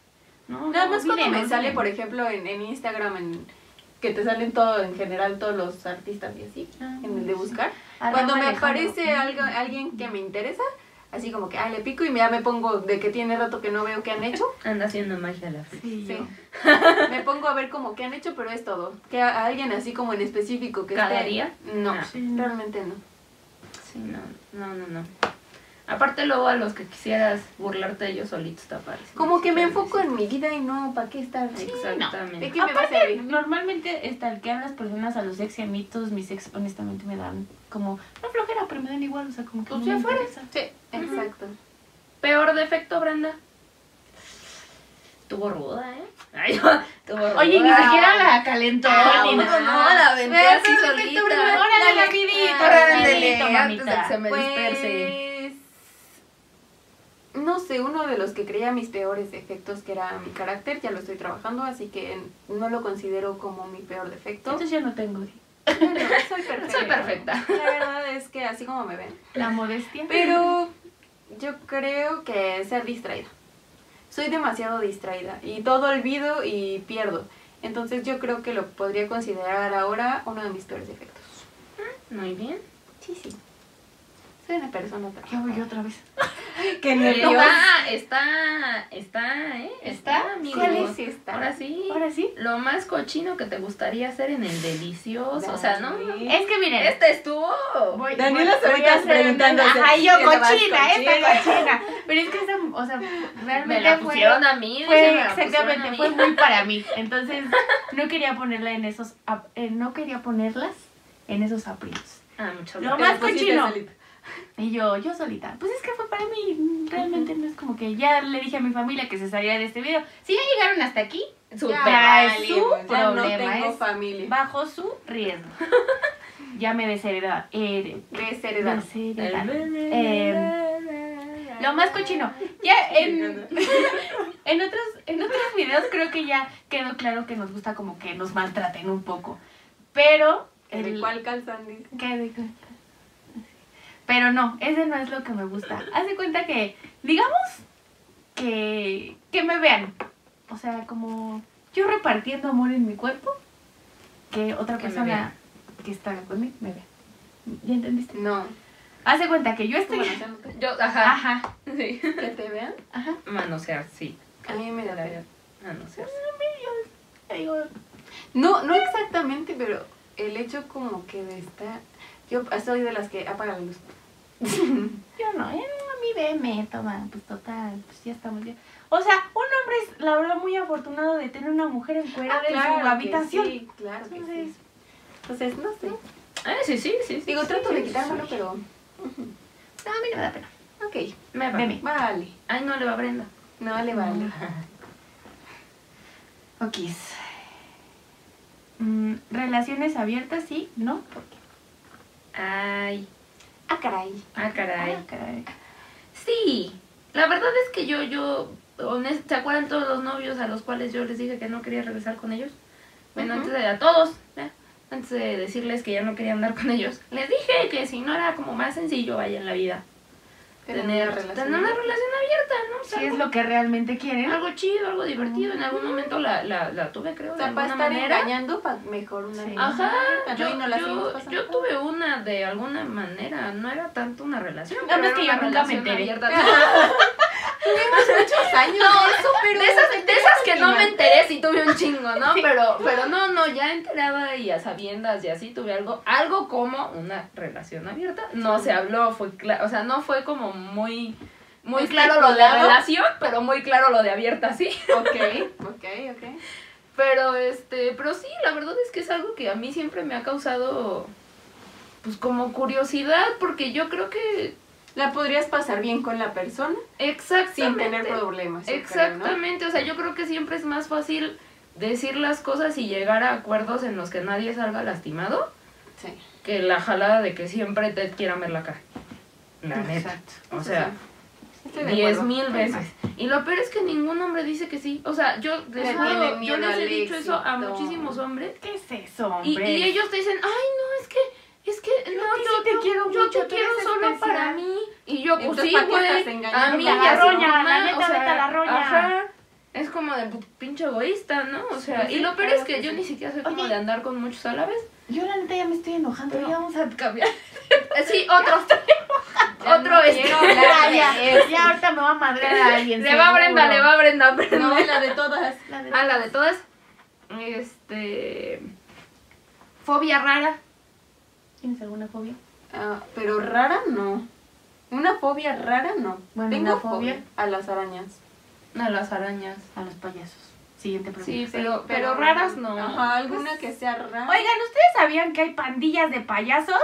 Speaker 1: No,
Speaker 2: Nada
Speaker 1: no,
Speaker 2: más cuando
Speaker 1: miren,
Speaker 2: me
Speaker 1: no,
Speaker 2: sale,
Speaker 1: miren.
Speaker 2: por ejemplo, en, en Instagram, en- que te salen todo, en general, todos los artistas y así,
Speaker 1: Ah,
Speaker 2: en el de
Speaker 1: sí.
Speaker 2: buscar.
Speaker 1: Arroba
Speaker 2: Cuando me
Speaker 1: Alejandro.
Speaker 2: aparece algo, alguien que me interesa, así como que, ah, le pico y ya me pongo de que tiene rato que no veo qué han hecho.
Speaker 3: Anda haciendo magia la
Speaker 1: Sí,
Speaker 2: Sí.
Speaker 1: yo.
Speaker 2: me pongo a ver como qué han hecho, pero es todo. Que a, a alguien así como en específico que
Speaker 3: ¿Cada
Speaker 2: esté-
Speaker 3: día?
Speaker 2: No,
Speaker 3: Ah.
Speaker 1: Sí, no.
Speaker 2: realmente no.
Speaker 3: Sí, no, no, no, no. Aparte luego a los que quisieras burlarte de ellos solitos tapar.
Speaker 2: Como que me enfoco en mi vida y no, ¿para qué estar?
Speaker 3: Exactamente.
Speaker 2: ¿De qué me va a
Speaker 1: Aparte,
Speaker 2: servir?
Speaker 1: normalmente estalquean las personas a los ex y a mí todos mis ex honestamente me dan como, no flojera, pero me dan igual, o sea, como que
Speaker 3: Pues
Speaker 1: no
Speaker 3: ya
Speaker 1: me
Speaker 3: fuera.
Speaker 1: interesa.
Speaker 2: Sí, exacto.
Speaker 3: Peor defecto, Brenda. Tuvo ruda, ¿eh? Ay, tuvo ruda.
Speaker 1: Oye, ni siquiera la calentó
Speaker 3: Ah,
Speaker 1: ni
Speaker 3: no,
Speaker 1: nada.
Speaker 3: no, la aventé
Speaker 2: Eh,
Speaker 3: así
Speaker 2: perfecto,
Speaker 3: solita.
Speaker 2: Brenda.
Speaker 1: Órale,
Speaker 2: Dale.
Speaker 1: rapidito,
Speaker 2: Ah,
Speaker 3: ándele,
Speaker 1: rapidito,
Speaker 3: antes de que
Speaker 1: mamita.
Speaker 3: se me disperse.
Speaker 2: Pues, No sé, uno de los que creía mis peores defectos, que era mi carácter, ya lo estoy trabajando, así que no lo considero como mi peor defecto.
Speaker 1: Entonces yo no tengo
Speaker 2: No, no, soy perfecta.
Speaker 3: Soy perfecta.
Speaker 2: La verdad es que así como me ven.
Speaker 1: la modestia.
Speaker 2: Pero yo creo que ser distraída. Soy demasiado distraída y todo olvido y pierdo. Entonces yo creo que lo podría considerar ahora uno de mis peores defectos.
Speaker 3: Muy bien.
Speaker 2: Sí, sí. Soy una persona
Speaker 1: Ya voy yo otra vez.
Speaker 2: Que
Speaker 3: Está, está, está, ¿eh? Está, amigos.
Speaker 2: ¿Cuál es esta?
Speaker 3: Ahora sí.
Speaker 1: Ahora sí.
Speaker 3: Lo más cochino que te gustaría hacer en el delicioso. O sea, ¿no?
Speaker 2: Dale.
Speaker 1: Es que miren,
Speaker 3: Este estuvo.
Speaker 1: Voy-
Speaker 2: Daniela
Speaker 1: voy- voy a
Speaker 2: ahorita
Speaker 1: hacer
Speaker 2: preguntándose,
Speaker 1: una- Ay, yo
Speaker 2: ¿qué te vas
Speaker 1: cochina,
Speaker 2: cochina?
Speaker 1: esta cochina. Pero es que esa, o sea,
Speaker 3: Me
Speaker 1: realmente
Speaker 3: la
Speaker 1: fue.
Speaker 3: pusieron a mí.
Speaker 1: fue
Speaker 3: se me la pusieron a
Speaker 1: exactamente,
Speaker 3: mí.
Speaker 1: fue muy para mí. Entonces, no quería ponerla en esos, ap- eh, no quería ponerlas en esos aprietos.
Speaker 3: Ah, mucho
Speaker 1: Lo
Speaker 3: gusto.
Speaker 1: más cochino. Y yo, yo solita. Pues es que fue para mí. Realmente no es como que ya le dije a mi familia que se saliera de este video. Si ya llegaron hasta aquí,
Speaker 3: Súper.
Speaker 1: Ya es su
Speaker 2: valimos, ya
Speaker 1: problema,
Speaker 2: no tengo
Speaker 1: es-
Speaker 2: familia.
Speaker 1: bajo su riesgo. ya me desheredaron. Eh,
Speaker 2: Desheredado.
Speaker 1: desheredaron. Eh, Em, Lo más cochino. Ya en, en otros en otros videos creo que ya quedó claro que nos gusta como que nos maltraten un poco. Pero
Speaker 2: ¿De cuál calzan dice?
Speaker 1: que de- Pero no, ese no es lo que me gusta. Haz de cuenta que digamos que que me vean. O sea, como yo repartiendo amor en mi cuerpo que otra
Speaker 3: Que me
Speaker 1: persona que está conmigo me vea. ¿Ya entendiste?
Speaker 2: No.
Speaker 1: Haz de cuenta que yo estoy
Speaker 2: Bueno, ya no te-
Speaker 3: Yo, ajá.
Speaker 1: Ajá,
Speaker 3: Sí.
Speaker 2: ¿Que te vean?
Speaker 1: ajá.
Speaker 3: Manosear, sí.
Speaker 2: A mí me da pena.
Speaker 3: Manosear.
Speaker 1: Digo,
Speaker 2: No, no exactamente, pero el hecho como que de estar... Yo soy de las que apaga la luz.
Speaker 1: Yo no, eh, a mí veme, toma, pues total, pues ya estamos ya. O sea, un hombre es, la verdad, muy afortunado de tener una mujer en cuero en su
Speaker 2: Ah, que
Speaker 1: habitación.
Speaker 2: Sí, claro que
Speaker 1: Entonces,
Speaker 2: sí. Entonces, no sé.
Speaker 3: Ah, sí, sí, sí. sí,
Speaker 2: Digo,
Speaker 3: sí,
Speaker 2: trato
Speaker 3: sí,
Speaker 2: de
Speaker 3: sí,
Speaker 2: quitármelo,
Speaker 3: sí.
Speaker 2: pero...
Speaker 1: no, a mí no me da pena.
Speaker 2: Ok,
Speaker 3: Me va.
Speaker 1: Veme.
Speaker 2: vale.
Speaker 3: Ay, no le va a Brenda.
Speaker 2: No le vale.
Speaker 1: Ok. Mm, Relaciones abiertas, sí, no, porque.
Speaker 3: Ay.
Speaker 2: Ah, caray.
Speaker 3: Ah, caray.
Speaker 1: Ah, caray.
Speaker 3: Sí, la verdad es que yo, yo, honest- ¿se acuerdan todos los novios a los cuales yo les dije que no quería regresar con ellos? Bueno,
Speaker 2: Ujú.
Speaker 3: antes de a todos, ¿eh? antes de decirles que ya no quería andar con ellos, les dije que si no era como más sencillo vaya en la vida. Tener,
Speaker 2: una relación.
Speaker 3: tener una relación abierta, ¿no? O sea,
Speaker 1: Si es
Speaker 3: algo,
Speaker 1: lo que realmente quieren.
Speaker 3: algo chido, algo divertido. En algún momento la, la, la tuve, creo,
Speaker 2: O
Speaker 3: de
Speaker 2: sea, para
Speaker 3: alguna
Speaker 2: estar
Speaker 3: manera.
Speaker 2: engañando, pa- mejor una
Speaker 1: Sí.
Speaker 2: relación
Speaker 3: Ajá,
Speaker 2: abierta, ¿no?
Speaker 3: yo,
Speaker 2: Y no la seguimos
Speaker 3: yo,
Speaker 2: pasando.
Speaker 3: yo tuve una de alguna manera, no era tanto una relación.
Speaker 1: Nada
Speaker 3: pero
Speaker 1: más
Speaker 3: era
Speaker 1: que
Speaker 3: una
Speaker 1: yo nunca me
Speaker 3: relación
Speaker 1: enteré.
Speaker 3: abierta.
Speaker 2: Tuvimos muchos años. ¿eh?
Speaker 3: No,
Speaker 2: eso, pero...
Speaker 3: De esas, de esas que no me enteré si tuve un chingo, ¿no? Pero, pero no, no, ya enterada y a sabiendas y así tuve algo, algo como una relación abierta. No se habló, fue claro, o sea, no fue como muy, muy claro lo de
Speaker 2: Estipulado.
Speaker 3: relación, pero muy claro lo de abierta, sí.
Speaker 2: Ok, ok, ok.
Speaker 3: Pero este, pero sí, la verdad es que es algo que a mí siempre me ha causado pues como curiosidad, porque yo creo que
Speaker 2: La podrías pasar bien con la persona sin
Speaker 3: exactamente
Speaker 2: tener problemas. yo creo, ¿no?
Speaker 3: Exactamente, o sea, yo creo que siempre es más fácil decir las cosas y llegar a acuerdos en los que nadie salga lastimado
Speaker 2: Sí.
Speaker 3: que la jalada de que siempre te quieran ver la cara. La neta.
Speaker 2: Exacto.
Speaker 3: O
Speaker 2: Sí,
Speaker 3: sea,
Speaker 2: sí. Estoy de
Speaker 3: diez
Speaker 2: acuerdo.
Speaker 3: mil veces. Y lo peor es que ningún hombre dice que sí. O sea, yo les,
Speaker 2: Le
Speaker 3: juro,
Speaker 2: tiene
Speaker 3: yo
Speaker 2: miedo
Speaker 3: les he
Speaker 2: al
Speaker 3: dicho eso a
Speaker 2: éxito.
Speaker 3: muchísimos hombres
Speaker 1: ¿Qué es eso,
Speaker 3: Y,
Speaker 1: hombre?
Speaker 3: y ellos te dicen, ay, no, es que, es que, no,
Speaker 1: que
Speaker 3: yo
Speaker 1: sí te
Speaker 3: yo-
Speaker 1: quiero
Speaker 3: yo
Speaker 1: mucho,
Speaker 3: te
Speaker 1: tú
Speaker 3: quiero
Speaker 1: eres
Speaker 3: solo
Speaker 1: especial".
Speaker 3: para mí. Y yo, pues
Speaker 2: Entonces,
Speaker 3: sí,
Speaker 2: ¿para qué
Speaker 3: güey,
Speaker 2: estás engañando?
Speaker 3: a mí
Speaker 1: Vete a
Speaker 3: ya
Speaker 1: Pues la roña, la neta, vete a la roña.
Speaker 3: Ajá. Es como de pu- pinche egoísta, ¿no? O sea,
Speaker 1: Sí,
Speaker 3: y lo peor
Speaker 1: claro
Speaker 3: es que
Speaker 1: que
Speaker 3: yo
Speaker 1: sí.
Speaker 3: ni siquiera soy como
Speaker 1: Oye.
Speaker 3: de andar con muchos a la vez.
Speaker 1: Yo la neta ya me estoy enojando,
Speaker 3: Pero-
Speaker 1: ya vamos a cambiar.
Speaker 3: Eh, Sí, otro.
Speaker 2: Ya
Speaker 3: otro
Speaker 2: no
Speaker 3: este.
Speaker 2: quiero
Speaker 1: Ya,
Speaker 2: hablar de
Speaker 1: ya, ya ahorita me va a madrear a alguien.
Speaker 3: Le va a Brenda, le va a Brenda, Brenda.
Speaker 2: No, la de todas.
Speaker 1: La de-
Speaker 3: A la de todas. Este. Fobia rara.
Speaker 1: ¿Tienes alguna fobia?
Speaker 2: Ah, pero rara no. Una fobia rara no.
Speaker 1: Bueno,
Speaker 2: Tengo
Speaker 1: una fobia.
Speaker 2: a las arañas.
Speaker 3: A las arañas.
Speaker 1: A los payasos. Siguiente pregunta.
Speaker 3: Sí, pero, pero raras no. Pues,
Speaker 2: Ajá, alguna que sea rara.
Speaker 1: Oigan, ¿ustedes sabían que hay pandillas de payasos?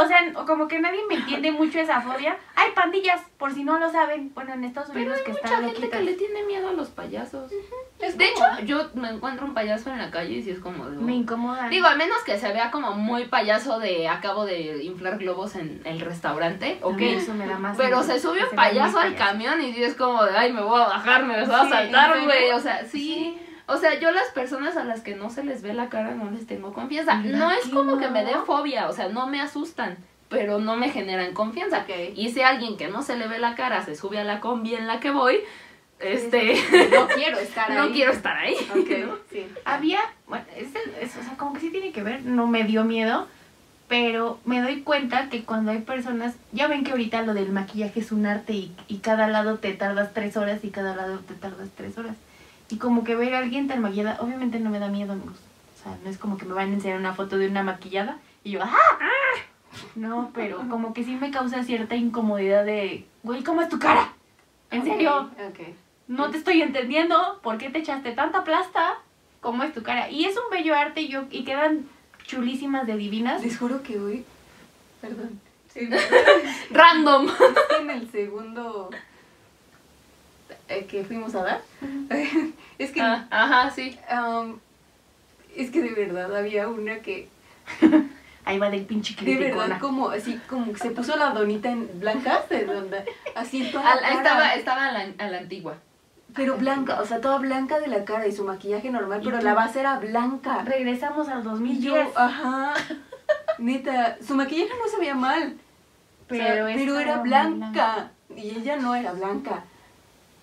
Speaker 1: O sea, o como que nadie me entiende mucho esa fobia. Hay pandillas, por si no lo saben. Bueno, en Estados
Speaker 3: Pero
Speaker 1: Unidos
Speaker 3: hay
Speaker 1: que
Speaker 3: mucha
Speaker 1: están
Speaker 3: gente
Speaker 1: loquitas.
Speaker 3: que le tiene miedo a los payasos.
Speaker 2: Es
Speaker 3: De hecho,
Speaker 2: como-
Speaker 3: yo me encuentro un payaso en la calle y sí es como de... "Oh".
Speaker 1: Me incomodan.
Speaker 3: Digo, a menos que se vea como muy payaso de acabo de inflar globos en el restaurante,
Speaker 1: A
Speaker 3: ok.
Speaker 1: mí eso me da más
Speaker 3: Pero
Speaker 1: miedo,
Speaker 3: se sube
Speaker 1: que
Speaker 3: un
Speaker 1: me vea
Speaker 3: payaso
Speaker 1: muy
Speaker 3: al camión y sí es como de, ay, me voy a bajar, me vas a
Speaker 2: Sí,
Speaker 3: saltar,
Speaker 2: ¿en
Speaker 3: güey.
Speaker 2: serio?
Speaker 3: O sea, sí. O sea, yo las personas a las que no se les ve la cara no les tengo confianza.
Speaker 1: ¿Verdad
Speaker 3: No es
Speaker 1: que
Speaker 3: como que me
Speaker 1: no?
Speaker 3: dé fobia, o sea, no me asustan, pero no me generan confianza.
Speaker 2: Ok.
Speaker 3: Y si alguien que no se le ve la cara se sube a la combi en la que voy, este,
Speaker 2: No quiero estar ahí.
Speaker 3: no quiero estar ahí.
Speaker 2: Ok,
Speaker 3: ¿no? Ah,
Speaker 2: sí.
Speaker 1: Había, bueno, es, el- es- o sea, como que sí tiene que ver, no me dio miedo, pero me doy cuenta que cuando hay personas, ya ven que ahorita lo del maquillaje es un arte y, y cada lado te tardas tres horas y cada lado te tardas tres horas. Y como que ver a alguien tan maquillada, obviamente no me da miedo, amigos. O sea, no es como que me van a enseñar una foto de una maquillada y yo, ¡ah! ¡Ah! No, pero como que sí me causa cierta incomodidad de, güey, ¿cómo es tu cara? En serio,
Speaker 2: Ok, ok.
Speaker 1: no te estoy entendiendo por qué te echaste tanta plasta, cómo es tu cara. Y es un bello arte y, yo, y quedan chulísimas de divinas.
Speaker 2: Les juro que hoy. Perdón. Sí,
Speaker 3: Random.
Speaker 2: en el segundo eh, que fuimos a dar. es que
Speaker 3: Ah, ajá, sí.
Speaker 2: um, es que de verdad había una que
Speaker 1: Ahí va del pinche
Speaker 2: de verdad
Speaker 1: criticona.
Speaker 2: como así como que se puso la donita en blanca de donde así toda
Speaker 3: Al-
Speaker 2: la cara,
Speaker 3: estaba estaba a la, a la antigua.
Speaker 2: pero blanca, o sea, toda blanca de la cara y su maquillaje normal,
Speaker 1: ¿Y
Speaker 2: pero
Speaker 1: tú?
Speaker 2: la base era blanca.
Speaker 1: Regresamos al
Speaker 2: Y
Speaker 1: 2010.
Speaker 2: yo, ajá. Neta, su maquillaje no se veía mal, o sea, pero,
Speaker 1: esta
Speaker 2: era
Speaker 1: muy
Speaker 2: blanca y ella no era blanca.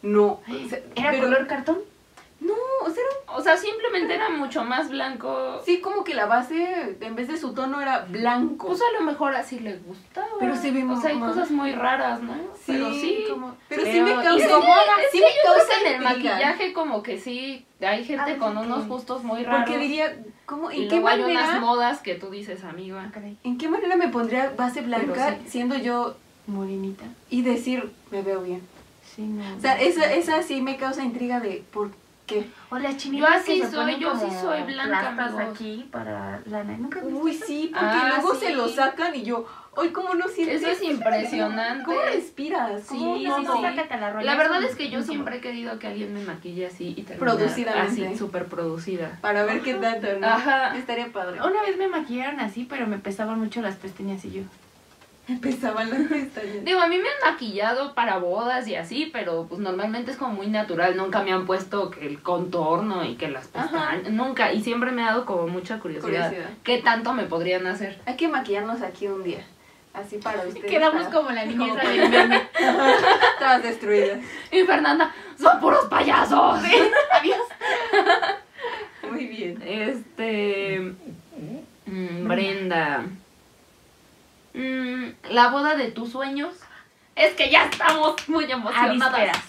Speaker 2: No, o sea,
Speaker 1: ¿Era
Speaker 2: pero-
Speaker 1: color cartón?
Speaker 2: No, o sea, era
Speaker 3: O sea, simplemente era mucho más blanco.
Speaker 2: Sí, como que la base, en vez de su tono, era blanco.
Speaker 3: Pues a lo mejor así le gustaba.
Speaker 2: Pero sí vimos
Speaker 3: O sea, hay
Speaker 2: más.
Speaker 3: cosas muy raras, ¿no?
Speaker 2: sí,
Speaker 3: Pero sí.
Speaker 2: como- pero,
Speaker 1: pero-
Speaker 2: sí me
Speaker 1: y
Speaker 2: causa.
Speaker 1: sí, incomoda,
Speaker 3: Es
Speaker 2: sí
Speaker 3: que
Speaker 2: me
Speaker 3: yo creo
Speaker 2: causa
Speaker 3: que en el
Speaker 2: intriga.
Speaker 3: maquillaje como que sí hay gente
Speaker 1: Ah,
Speaker 3: con
Speaker 1: ok.
Speaker 3: unos gustos muy raros.
Speaker 2: Porque diría, ¿cómo,
Speaker 3: y
Speaker 2: ¿en qué
Speaker 3: luego hay unas
Speaker 2: manera?
Speaker 3: modas que tú dices, amiga.
Speaker 1: Ah, caray,
Speaker 2: ¿En qué manera me pondría base blanca
Speaker 3: Pero sí.
Speaker 2: siendo yo
Speaker 1: Morenita.
Speaker 2: y decir, me veo bien?
Speaker 1: Sí, no.
Speaker 2: O sea, esa, esa sí me causa intriga de por qué.
Speaker 1: O las
Speaker 3: Yo
Speaker 1: chinitas
Speaker 3: así
Speaker 1: que se
Speaker 3: soy,
Speaker 1: ponen
Speaker 3: yo sí
Speaker 1: como
Speaker 3: soy blanca,
Speaker 1: plastas
Speaker 3: amigos.
Speaker 1: aquí para la nariz. Nunca he visto
Speaker 2: Uy,
Speaker 1: eso.
Speaker 2: sí, porque
Speaker 3: Ah,
Speaker 2: luego
Speaker 3: sí.
Speaker 2: se lo sacan y yo, ay, ¿cómo no sientes?
Speaker 3: Eso es impresionante.
Speaker 2: ¿Cómo respiras? ¿Cómo
Speaker 3: Sí,
Speaker 1: No,
Speaker 3: sí,
Speaker 1: no,
Speaker 3: sí.
Speaker 1: sácate la roña.
Speaker 3: La verdad es que yo
Speaker 1: Incómodo.
Speaker 3: siempre he querido que alguien me maquille así y terminar
Speaker 2: Producidamente.
Speaker 3: así, súper producida.
Speaker 2: Para ver qué tanto, ¿no?
Speaker 3: Ajá.
Speaker 2: Estaría padre.
Speaker 1: Una vez me maquillaron así, pero me pesaban mucho las pestañas y yo.
Speaker 2: Empezaban las pestañas.
Speaker 3: Digo, a mí me han maquillado para bodas y así, pero pues normalmente es como muy natural. Nunca me han puesto que el contorno y que las
Speaker 2: Ajá.
Speaker 3: pestañas. Nunca. Y siempre me ha dado como mucha curiosidad.
Speaker 2: Curiosidad.
Speaker 3: ¿Qué tanto me podrían hacer?
Speaker 2: Hay que maquillarnos aquí un día. Así para ustedes.
Speaker 1: Quedamos
Speaker 2: para-
Speaker 1: como la niñez
Speaker 2: Como-
Speaker 1: del meme.
Speaker 2: Todas destruidas.
Speaker 3: Y Fernanda, son puros payasos.
Speaker 1: Adiós.
Speaker 2: Muy bien.
Speaker 3: Este. mm, Brenda. Mm, La boda de tus sueños. Es que ya estamos muy
Speaker 2: Ah,
Speaker 3: emocionadas.
Speaker 1: vísperas.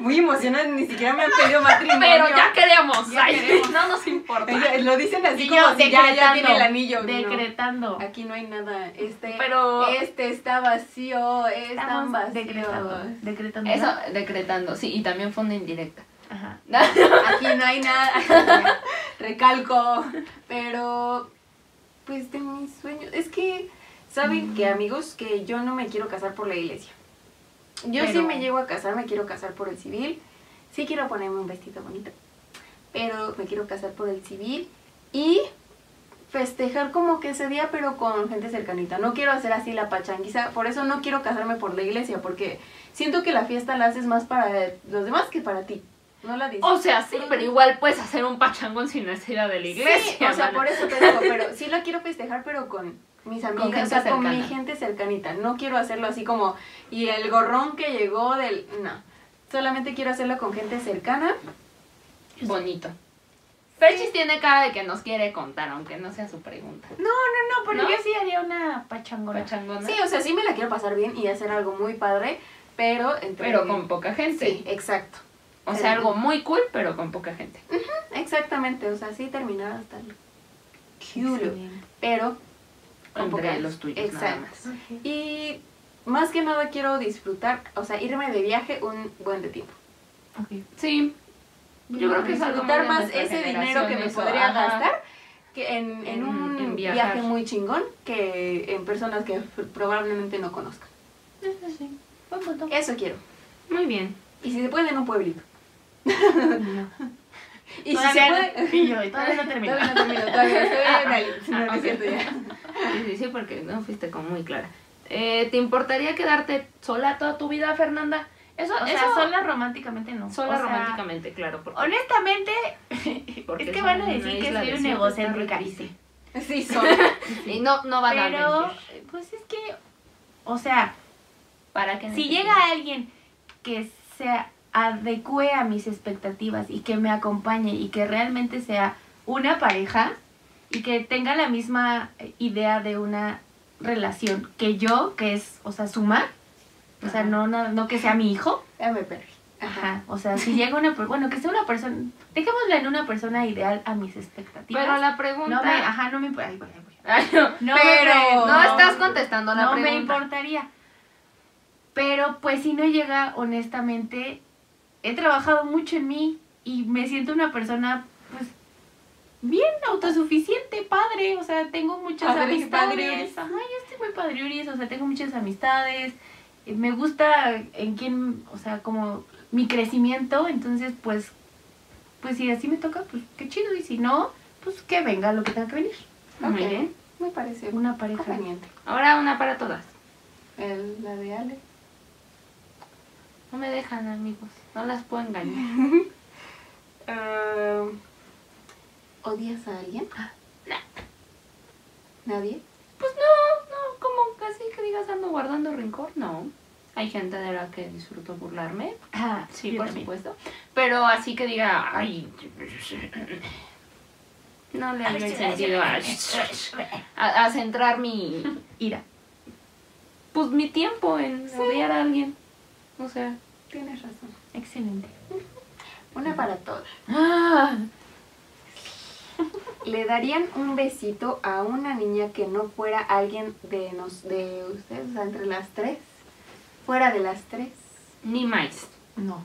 Speaker 2: Muy emocionada, ni siquiera me han pedido matrimonio.
Speaker 3: Pero ya queremos.
Speaker 2: Ya
Speaker 3: Ay,
Speaker 2: queremos.
Speaker 3: No nos importa.
Speaker 2: Ella- Lo dicen así
Speaker 1: Y
Speaker 2: como
Speaker 1: yo
Speaker 2: si ya, ya
Speaker 1: decretando,
Speaker 2: tiene el anillo. No,
Speaker 1: Decretando.
Speaker 2: aquí no hay nada. Este,
Speaker 3: Pero.
Speaker 2: este está vacío. Están
Speaker 1: Estamos
Speaker 2: vacíos.
Speaker 1: decretando. Decretando.
Speaker 3: Eso,
Speaker 1: ¿no?
Speaker 3: decretando, sí, y también fue una indirecta.
Speaker 1: Ajá.
Speaker 2: Aquí no hay nada. Recalco. Pero, pues de mis sueños. Es que, ¿saben que amigos? Que yo no me quiero casar por la iglesia. Yo sí
Speaker 1: Pero-
Speaker 2: me llego a casar, me quiero casar por el civil. Sí quiero ponerme un vestido bonito. Pero me quiero casar por el civil. Y festejar como que ese día, pero con gente cercanita. No quiero hacer así la pachanguiza. Por eso no quiero casarme por la iglesia. Porque siento que la fiesta la haces más para los demás que para ti. No la disfrutas.
Speaker 3: O sea, sí, pero igual puedes hacer un pachangón sin necesidad de la iglesia.
Speaker 2: Sí, o sea,
Speaker 3: mana.
Speaker 2: por eso te digo, pero sí la quiero festejar, pero con mis amigas, o
Speaker 3: gente
Speaker 2: sea, con mi
Speaker 3: cercana.
Speaker 2: gente cercanita. No quiero hacerlo así como, y el gorrón que llegó del... No, solamente quiero hacerlo con gente cercana.
Speaker 3: Bonito. Ferchis tiene cara de que nos quiere contar, aunque no sea su pregunta.
Speaker 1: No, pero
Speaker 3: ¿No?
Speaker 1: yo sí haría una pachangona.
Speaker 3: Pachangona.
Speaker 2: Sí, o sea, sí me la quiero pasar bien y hacer algo muy padre, pero... entre-
Speaker 3: pero con poca gente.
Speaker 2: Sí, exacto.
Speaker 3: O sea, algo muy cool, pero con poca gente.
Speaker 2: Exactamente, o sea, sí terminar hasta el culo,
Speaker 1: Excelente.
Speaker 2: pero... con
Speaker 3: Entre
Speaker 2: poca-
Speaker 3: los tuyos, nada
Speaker 2: Exacto.
Speaker 3: más.
Speaker 1: Ok.
Speaker 2: Y más que nada quiero disfrutar, o sea, irme de viaje un buen de tiempo.
Speaker 1: Ok.
Speaker 3: Sí. Yo creo que es algo
Speaker 2: disfrutar
Speaker 3: muy de
Speaker 2: más
Speaker 3: nuestra
Speaker 2: ese
Speaker 3: generación
Speaker 2: dinero que me
Speaker 3: eso,
Speaker 2: podría
Speaker 3: ajá.
Speaker 2: gastar que en, en
Speaker 3: En-
Speaker 2: un
Speaker 3: en viajar.
Speaker 2: viaje muy chingón que en personas que f- probablemente no conozcan.
Speaker 1: Eso sí. Buen punto.
Speaker 2: Eso quiero.
Speaker 3: Muy bien.
Speaker 2: Y si se puede en un pueblito. Y si se
Speaker 1: Todavía
Speaker 2: puede...
Speaker 1: no- y yo, y todavía no termino.
Speaker 2: Todavía no termino, todavía estoy en
Speaker 3: Ah,
Speaker 2: el- no, no es
Speaker 3: ok.
Speaker 2: cierto ya.
Speaker 3: Sí, sí, sí, porque no fuiste como muy clara. Eh, ¿Te importaría quedarte sola toda tu vida, Fernanda? Eso,
Speaker 1: O sea,
Speaker 3: eso-
Speaker 1: sola románticamente no.
Speaker 3: sola
Speaker 1: O sea,
Speaker 3: románticamente, claro. Porque,
Speaker 1: Honestamente,
Speaker 3: porque
Speaker 1: es que
Speaker 3: son
Speaker 1: van a
Speaker 3: una
Speaker 1: decir que
Speaker 3: isla
Speaker 1: soy un
Speaker 3: desierta, está
Speaker 1: egocéntrica.
Speaker 3: re triste.
Speaker 2: Sí, son.
Speaker 3: Y no, no van a
Speaker 1: Pero,
Speaker 3: mentir.
Speaker 1: pues es que, o sea,
Speaker 3: ¿Para qué
Speaker 1: si
Speaker 3: necesitas?
Speaker 1: llega alguien que se adecue a mis expectativas y que me acompañe y que realmente sea una pareja y que tenga la misma idea de una relación que yo, que es, o sea, sumar, o sea,
Speaker 3: Ajá.
Speaker 1: no, no, no que sea mi hijo,
Speaker 2: M. Perry.
Speaker 1: Ajá, o sea, si llega una, per- bueno, que sea una persona, dejémosla en una persona ideal a mis expectativas.
Speaker 3: Pero la pregunta...
Speaker 1: no me, ajá, no me, imp- ay, ay, ay.
Speaker 3: Ay, no.
Speaker 1: no
Speaker 2: Pero-
Speaker 1: me-
Speaker 3: No estás contestando la
Speaker 1: no me
Speaker 3: pregunta.
Speaker 1: importaría. Pero pues si no llega, honestamente, he trabajado mucho en mí y me siento una persona, pues, bien autosuficiente, padre. O sea, tengo muchas
Speaker 2: Padre,
Speaker 1: amistades.
Speaker 2: padriuris.
Speaker 1: Ajá, yo estoy muy padriuris, o sea, tengo muchas amistades. eh, Me gusta en quién, o sea, como mi crecimiento. Entonces, pues, pues si así me toca, pues qué chido. Y si no, pues que venga lo que tenga que venir.
Speaker 3: Muy
Speaker 2: Ok.
Speaker 3: bien.
Speaker 2: Me parece
Speaker 1: Una pareja.
Speaker 2: conveniente.
Speaker 3: Ahora una para todas.
Speaker 2: El- la de Ale.
Speaker 3: No me dejan, amigos. No las puedo engañar.
Speaker 2: Ah, ¿Odias a alguien?
Speaker 3: Ah,
Speaker 2: ¿Nadie?
Speaker 3: Pues no, no, como casi que digas ando guardando rencor, no. Hay gente de la que disfruto burlarme,
Speaker 1: Ah,
Speaker 3: sí,
Speaker 1: yo
Speaker 3: por
Speaker 1: también.
Speaker 3: supuesto. Pero así que diga, ay, no le había sentido a, a- a centrar mi,
Speaker 1: Ira.
Speaker 3: pues mi tiempo en odiar a alguien. O sea,
Speaker 2: Tienes razón.
Speaker 1: Excelente.
Speaker 2: Una para todas.
Speaker 1: Ah,
Speaker 2: ¿Le darían un besito a una niña que no fuera alguien de nos de ustedes, o sea, entre las tres? Fuera de las tres,
Speaker 3: ni más.
Speaker 1: No.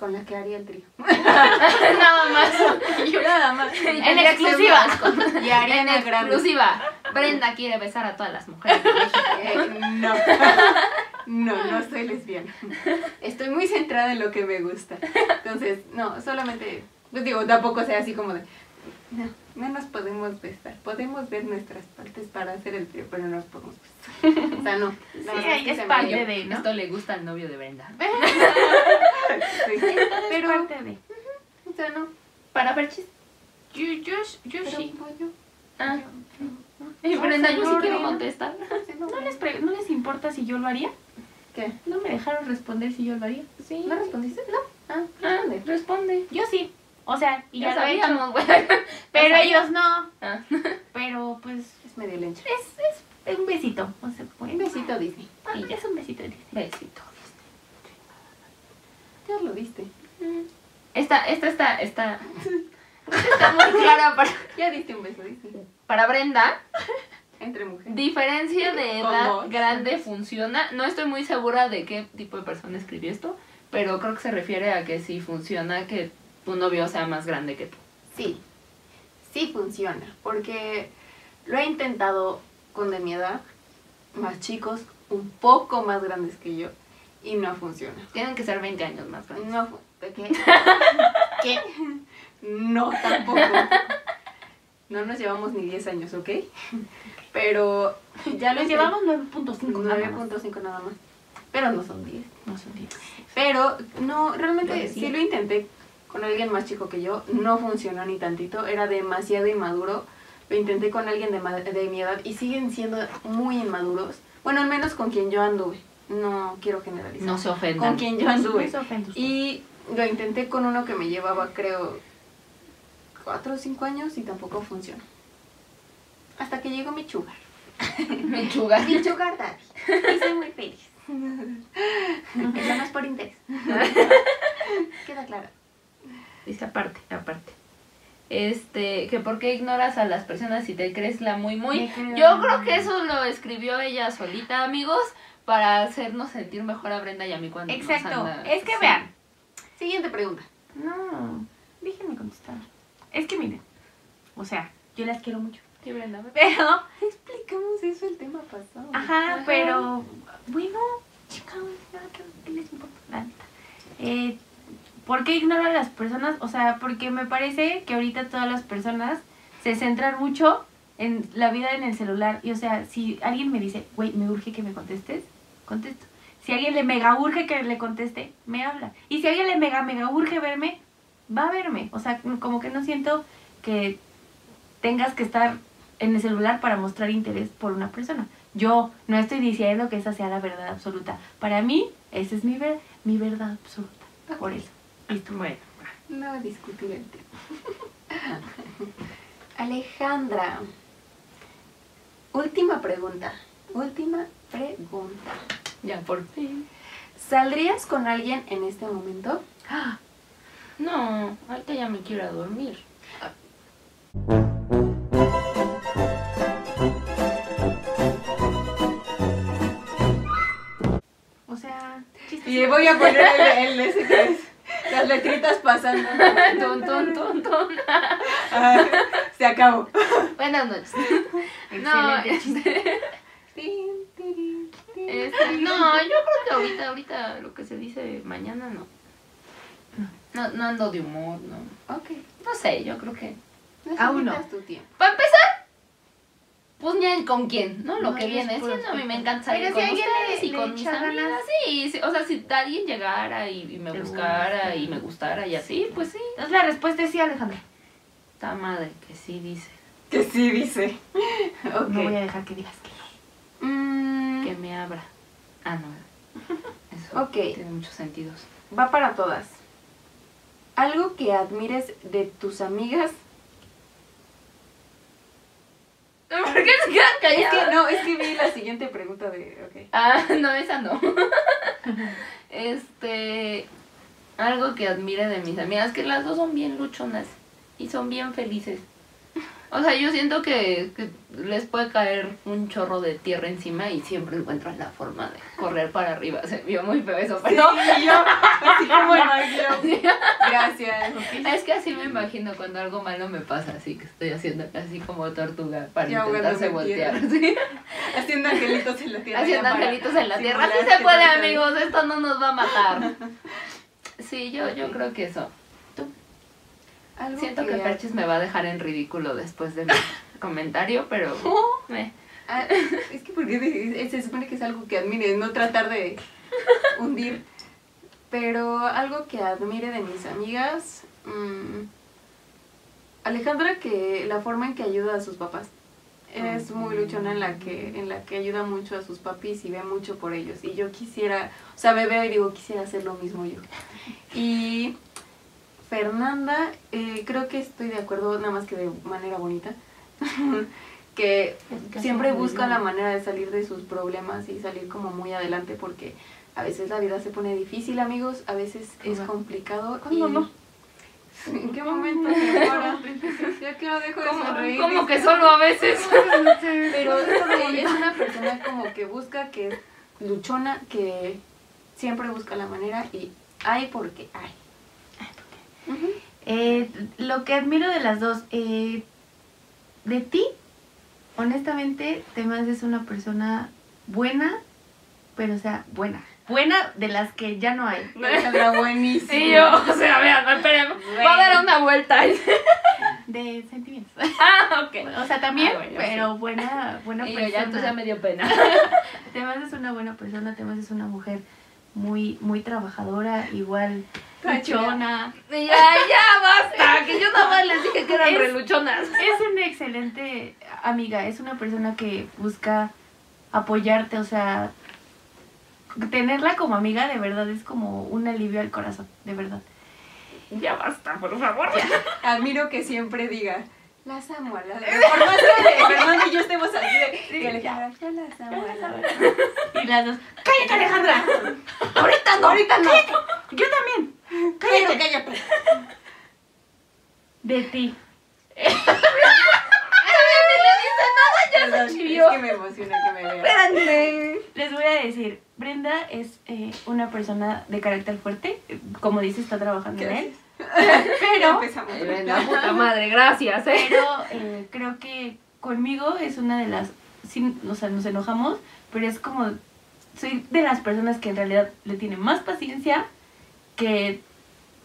Speaker 2: con la que haría el trío.
Speaker 3: Nada más.
Speaker 2: Yo nada más.
Speaker 3: En exclusiva.
Speaker 2: Y Ariana
Speaker 3: En
Speaker 2: Grande.
Speaker 3: exclusiva. Brenda quiere besar a todas las mujeres. de México.
Speaker 2: Eh, no. No, no soy lesbiana. Estoy muy centrada en lo que me gusta. Entonces, no, solamente, pues digo, tampoco sea así como de, no, no nos podemos besar. Podemos ver nuestras partes para hacer el trío, pero no nos podemos besar. O sea, no. La
Speaker 1: Sí,
Speaker 2: verdad
Speaker 1: ahí
Speaker 2: que
Speaker 1: es
Speaker 2: se me
Speaker 1: parte
Speaker 2: dio.
Speaker 1: de, ¿no?
Speaker 3: Esto le gusta al novio de Brenda.
Speaker 2: Sí.
Speaker 1: Pero
Speaker 2: Pero,
Speaker 1: parte de.
Speaker 2: o sea, no.
Speaker 3: Para Perchis.
Speaker 1: Yo, yo, yo
Speaker 2: Pero
Speaker 1: sí.
Speaker 2: pollo,
Speaker 3: Ah,
Speaker 1: Ay,
Speaker 3: Brenda, yo sí
Speaker 1: señor,
Speaker 3: quiero
Speaker 1: no.
Speaker 3: contestar.
Speaker 2: sí,
Speaker 1: ¿No les, pre- ¿No les importa si yo lo haría?
Speaker 2: ¿Qué?
Speaker 1: ¿No me dejaron responder si yo lo haría?
Speaker 3: Sí.
Speaker 2: ¿No respondiste? No. Ah,
Speaker 3: Ah,
Speaker 2: ¿dónde?
Speaker 3: responde.
Speaker 1: Yo sí. O sea, y
Speaker 3: Ya
Speaker 1: ya, lo he hecho.
Speaker 3: sabíamos, güey.
Speaker 1: Pero
Speaker 3: Ya
Speaker 1: ellos no.
Speaker 3: Ah.
Speaker 1: Pero pues
Speaker 2: Es medio lencha.
Speaker 1: es, es un besito. O sea,
Speaker 2: Un besito Disney.
Speaker 1: Y ya es un besito. dice.
Speaker 3: Besito.
Speaker 2: Ya lo diste.
Speaker 3: Esta, esta, esta, esta. esta está muy clara para,
Speaker 2: Ya diste un beso Disney.
Speaker 3: para Brenda.
Speaker 2: Entre mujeres.
Speaker 3: Diferencia de edad
Speaker 2: Como-
Speaker 3: grande funciona. No estoy muy segura de qué tipo de persona escribió esto. pero creo que se refiere a que si funciona que tu novio sea más grande que tú.
Speaker 2: Sí, sí funciona, porque lo he intentado con de mi edad, más chicos, un poco más grandes que yo, y no funciona.
Speaker 3: Tienen que ser 20 años más grandes.
Speaker 2: No fu- ¿Qué? ¿Qué? No, tampoco. No nos llevamos ni 10 años, ¿ok? Pero ya lo
Speaker 1: Nos
Speaker 2: intenté.
Speaker 1: llevamos 9.5 nada más.
Speaker 2: 9.5 nada más. Pero no son 10.
Speaker 1: No son diez.
Speaker 2: Pero no, realmente
Speaker 1: Pero sí.
Speaker 2: sí lo intenté con alguien más chico que yo. No funcionó ni tantito. Era demasiado inmaduro. Lo intenté con alguien de, ma- de mi edad y siguen siendo muy inmaduros. Bueno, al menos con quien yo anduve. No quiero generalizar.
Speaker 3: No se
Speaker 2: con
Speaker 3: ofendan.
Speaker 2: quien yo anduve.
Speaker 1: Eso ofende usted.
Speaker 2: Y lo intenté con uno que me llevaba, creo, cuatro o cinco años y tampoco funcionó. Hasta que llegó mi sugar.
Speaker 3: Mechuga.
Speaker 2: Mi sugar daddy. Y soy muy feliz. Eso no es por interés. Queda claro.
Speaker 3: Dice aparte, aparte. Este, que por qué ignoras a las personas si te crees la muy muy.
Speaker 2: Me creo
Speaker 3: Yo
Speaker 2: la
Speaker 3: creo
Speaker 2: muy,
Speaker 3: que
Speaker 2: muy.
Speaker 3: eso lo escribió ella solita, amigos, para hacernos sentir mejor a Brenda y a mí cuando nos
Speaker 1: Exacto.
Speaker 3: anda-
Speaker 1: Es que
Speaker 3: sí.
Speaker 1: vean.
Speaker 2: Siguiente pregunta.
Speaker 1: No, déjenme contestar. Es que miren, o sea, yo las quiero mucho.
Speaker 3: Sí, Brenda, ve.
Speaker 1: Pero,
Speaker 2: Explicamos eso el tema pasado.
Speaker 1: ajá, pero, bueno, chica, ya, ¿qué- qué les importa? La neta. Eh, ¿Por qué ignoro a las personas? O sea, porque me parece que ahorita todas las personas se centran mucho en la vida en el celular. Y o sea, si alguien me dice, güey, me urge que me contestes, contesto. Si alguien le mega urge que le conteste, me habla. Y si alguien le mega, mega urge verme, va a verme. O sea, como que no siento que tengas que estar en el celular para mostrar interés por una persona. Yo no estoy diciendo que esa sea la verdad absoluta. Para mí, esa es mi, ver- mi verdad absoluta. Por eso. Listo.
Speaker 3: Bueno,
Speaker 2: No discutir el tema. Alejandra. Última pregunta. Última pregunta.
Speaker 3: ya por fin.
Speaker 2: ¿Saldrías con alguien en este momento?
Speaker 3: No, ahorita ya me quiero ir a dormir.
Speaker 1: O sea, chistes.
Speaker 2: Y voy a poner el, el ese que es, las letritas pasando.
Speaker 3: Ton, ton, ton, ton.
Speaker 2: Ah, se acabó.
Speaker 3: Buenas noches. No,
Speaker 1: Excelente chiste.
Speaker 3: Este, no, yo creo que ahorita, ahorita lo que se dice mañana no. No, no ando de humor, no.
Speaker 2: Ok.
Speaker 3: No sé, yo creo que.
Speaker 1: Aún no.
Speaker 2: Necesitas tu tiempo.
Speaker 3: Para empezar, pues ni con quién, ¿no? Lo
Speaker 1: No,
Speaker 3: que
Speaker 1: es
Speaker 3: viene
Speaker 1: puro
Speaker 3: siendo, a mí me
Speaker 1: espectáculo.
Speaker 3: encanta salir
Speaker 1: Pero
Speaker 3: con
Speaker 1: si alguien
Speaker 3: ustedes
Speaker 1: le-
Speaker 3: y
Speaker 1: le
Speaker 3: con mis
Speaker 1: echa
Speaker 3: amigas.
Speaker 1: ganas.
Speaker 3: Sí, sí, o sea, si alguien llegara y, y me
Speaker 1: Te
Speaker 3: buscara
Speaker 1: gusta.
Speaker 3: y me gustara y así, pues sí.
Speaker 1: Entonces la respuesta es sí, Alejandra.
Speaker 3: Está madre, que sí dice.
Speaker 2: Que sí dice. Ok.
Speaker 1: No voy a dejar que digas que no.
Speaker 2: Mm,
Speaker 3: Que me abra. Ah, no. Eso
Speaker 2: Ok.
Speaker 3: tiene muchos sentidos.
Speaker 2: va para todas. Algo que admires de tus amigas.
Speaker 3: ¿Por qué se quedan
Speaker 2: Es
Speaker 3: calladas?
Speaker 2: que no, es que vi la siguiente pregunta de. Ok.
Speaker 3: Ah, no, esa no. este, algo que admire de mis amigas, que las dos son bien luchonas y son bien felices. O sea, yo siento que, que les puede caer un chorro de tierra encima y siempre encuentran la forma de correr para arriba. Se vio muy feo eso, pero
Speaker 2: Sí, yo, así como yo. Gracias.
Speaker 3: es que así me imagino cuando algo malo me pasa, así que estoy haciendo así como tortuga para
Speaker 2: Y ahogándome
Speaker 3: intentarse
Speaker 2: en
Speaker 3: voltear.
Speaker 2: tierra.
Speaker 3: ¿sí?
Speaker 2: Haciendo angelitos en la tierra.
Speaker 3: Haciendo
Speaker 2: ya para
Speaker 3: angelitos en la tierra.
Speaker 2: simular
Speaker 3: Sí se
Speaker 2: que
Speaker 3: puede,
Speaker 2: estás ahí.
Speaker 3: amigos. Esto no nos va a matar. Sí, yo, yo creo que eso.
Speaker 2: Algo
Speaker 3: Siento que
Speaker 2: ad-
Speaker 3: Perches me va a dejar en ridículo después de mi comentario, pero... eh.
Speaker 2: Ah, es que porque de- se supone que es algo que admires, no tratar de hundir. Pero algo que admire de mis amigas. mm, Alejandra, que la forma en que ayuda a sus papás. Es muy luchona en la que en la que ayuda mucho a sus papis y ve mucho por ellos. Y yo quisiera, o sea, me veo y digo, quisiera hacer lo mismo yo. Y Fernanda, eh, creo que estoy de acuerdo, nada más que de manera bonita, que siempre busca la manera de salir de sus problemas y salir como muy adelante porque a veces la vida se pone difícil, amigos, a veces es
Speaker 1: Claro.
Speaker 2: complicado.
Speaker 1: ¿Cuándo
Speaker 2: y-
Speaker 1: no?
Speaker 2: ¿En qué momento? señora? Ya que no dejo
Speaker 3: Pues
Speaker 2: de sonreír.
Speaker 3: Como que solo a veces.
Speaker 2: Pero ella es una persona como que busca, que es luchona, que siempre busca la manera y Ay, porque ay.
Speaker 1: Eh, lo que admiro de las dos, eh, de ti, honestamente, te me haces una persona buena, pero o sea, buena. Buena de las que ya no hay.
Speaker 2: Está buenísimo.
Speaker 3: Sí, yo, o sea, vean, esperemos. Va a haber una vuelta.
Speaker 1: De sentimientos.
Speaker 3: Ah, ok.
Speaker 1: O sea, también,
Speaker 3: Ah, bueno,
Speaker 1: pero buena, buena
Speaker 3: Y yo
Speaker 1: persona.
Speaker 3: ya, entonces ya me dio pena.
Speaker 1: Te me haces una buena persona, te me haces una mujer muy, muy trabajadora, igual luchona.
Speaker 3: Y ya, ya, basta. Que yo nada más les dije que eran
Speaker 1: Es-
Speaker 3: reluchonas.
Speaker 1: Es una excelente amiga, es una persona que busca apoyarte, o sea, tenerla como amiga de verdad es como un alivio al corazón, de verdad.
Speaker 3: Ya basta, por favor.
Speaker 2: Admiro que siempre diga, las amo a las Por más que Fernando y yo estemos así de que Alejandra, yo las amo a las
Speaker 1: Y las dos, cállate Alejandra, ahorita no, ahorita no, yo también, cállate,
Speaker 2: cállate.
Speaker 1: de ti.
Speaker 2: Perdón, es que me emociona que me vea.
Speaker 1: Les voy a decir, Brenda es eh, una persona de carácter fuerte, eh, como dice, está trabajando en él, pero...
Speaker 2: empezamos.
Speaker 3: La puta madre, gracias, eh.
Speaker 1: Pero eh, creo que conmigo es una de las. Sí, o sea, nos enojamos, pero es como. Soy de las personas que en realidad le tienen más paciencia que.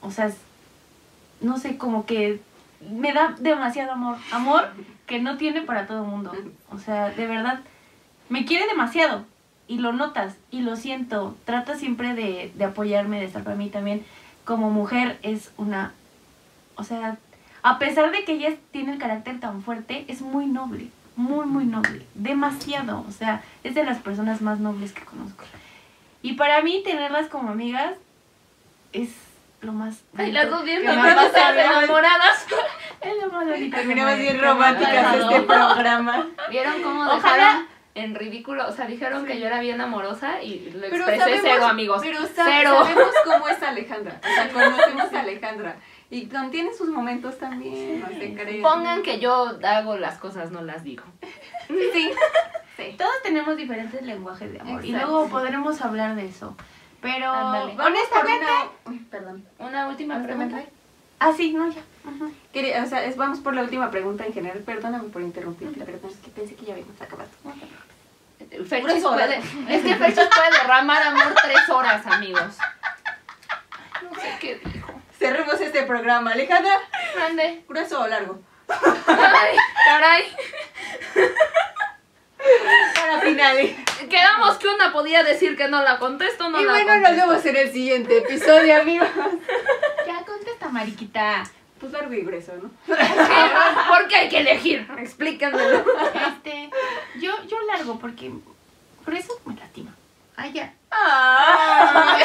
Speaker 1: O sea, es- no sé, como que me da demasiado amor. Amor que no tiene para todo el mundo. O sea, de verdad, me quiere demasiado. Y lo notas, y lo siento. Trata siempre de, de apoyarme, de estar para mí también. Como mujer es una... O sea, a pesar de que ella tiene el carácter tan fuerte, es muy noble, muy, muy noble, demasiado, o sea, es de las personas más nobles que conozco. Y para mí tenerlas como amigas es lo más...
Speaker 3: Ay,
Speaker 1: bonito
Speaker 3: las dos bien
Speaker 1: que me ha
Speaker 2: mamá,
Speaker 3: enamoradas,
Speaker 1: pasado.
Speaker 3: enamoradas.
Speaker 1: Es lo más bonito. que
Speaker 2: Terminamos
Speaker 1: me-
Speaker 2: bien
Speaker 1: que me ha
Speaker 2: románticas
Speaker 1: pasado.
Speaker 2: este programa.
Speaker 3: ¿Vieron cómo dejaron
Speaker 1: Ojalá.
Speaker 3: en ridículo? O sea, dijeron que yo era bien amorosa y lo
Speaker 2: Pero
Speaker 3: expresé
Speaker 2: sabemos-
Speaker 3: cero, amigos.
Speaker 2: Pero sa-
Speaker 3: cero.
Speaker 2: sabemos cómo es Alejandra. O sea, conocemos a Alejandra. Y con- tiene sus momentos también. No se creen.
Speaker 3: Pongan que yo hago las cosas, no las digo.
Speaker 2: Sí.
Speaker 1: Todos tenemos diferentes lenguajes de amor. Y
Speaker 2: Exacto.
Speaker 1: luego podremos hablar de eso. Pero,
Speaker 3: Ándale.
Speaker 1: honestamente...
Speaker 2: Perdón.
Speaker 3: Una última pregunta.
Speaker 1: Ah, sí, no, ya. Ajá.
Speaker 2: Quería- o sea, es- vamos por la última pregunta en general. Perdóname por interrumpir. La verdad es que pensé que ya habíamos acabado.
Speaker 3: Fechis
Speaker 2: Grueso,
Speaker 3: puede, es que Fechis puede derramar amor tres horas, amigos. No sé qué dijo.
Speaker 2: Cerremos este programa. Alejandra,
Speaker 3: Grande.
Speaker 2: grueso o largo.
Speaker 3: Ay, caray.
Speaker 2: Para finales.
Speaker 3: Quedamos que una podía decir que no la contesto, no
Speaker 2: y
Speaker 3: la
Speaker 2: bueno, nos
Speaker 3: contesto.
Speaker 2: vemos en el siguiente episodio, amigos.
Speaker 1: Ya contesta, Mariquita.
Speaker 2: Pues largo y grueso, ¿no?
Speaker 3: Porque hay que elegir. Explíquenmelo.
Speaker 1: Este, yo, yo largo porque por eso me lastima. Ay, ya.
Speaker 2: Ah.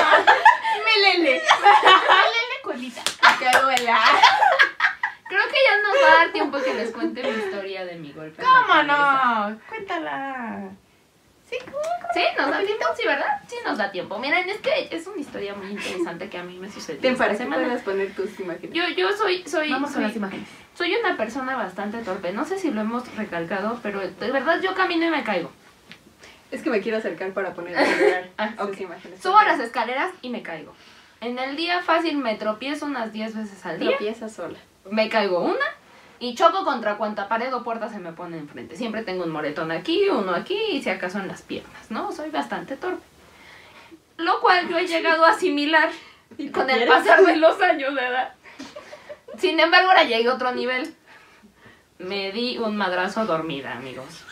Speaker 2: Melele.
Speaker 1: Dale colita.
Speaker 2: Que duela.
Speaker 3: Creo que ya nos va a dar tiempo que les cuente mi historia de mi golpe. en la
Speaker 1: ¿Cómo
Speaker 3: cabeza.
Speaker 1: no? Cuéntala. Sí, ¿cómo?
Speaker 3: Sí, nos da tiempo, sí, ¿verdad? Sí, nos da tiempo. Miren, es que es una historia muy interesante que a mí me sucedió
Speaker 2: Ten
Speaker 3: esta
Speaker 2: para que
Speaker 3: semana.
Speaker 2: puedas poner tus imágenes.
Speaker 3: Yo, yo soy, soy,
Speaker 1: Vamos a
Speaker 3: soy,
Speaker 1: las imágenes.
Speaker 3: soy una persona bastante torpe. No sé si lo hemos recalcado, pero de verdad yo camino y me caigo.
Speaker 2: Es que me quiero acercar para poner el celular.
Speaker 3: Ah,
Speaker 2: sus
Speaker 3: ok.
Speaker 2: imágenes.
Speaker 3: Subo las escaleras y me caigo. En el día fácil me tropiezo unas 10 veces al día.
Speaker 2: Tropieza sola.
Speaker 3: me caigo una y choco contra cuanta pared o puerta se me pone enfrente. Siempre tengo un moretón aquí, uno aquí y si acaso en las piernas, ¿no? Soy bastante torpe. Lo cual yo he llegado a asimilar
Speaker 2: ¿Y
Speaker 3: con el
Speaker 2: quieres?
Speaker 3: pasar de los años de edad. Sin embargo, ahora llegué a otro nivel. Me di un madrazo dormida, amigos.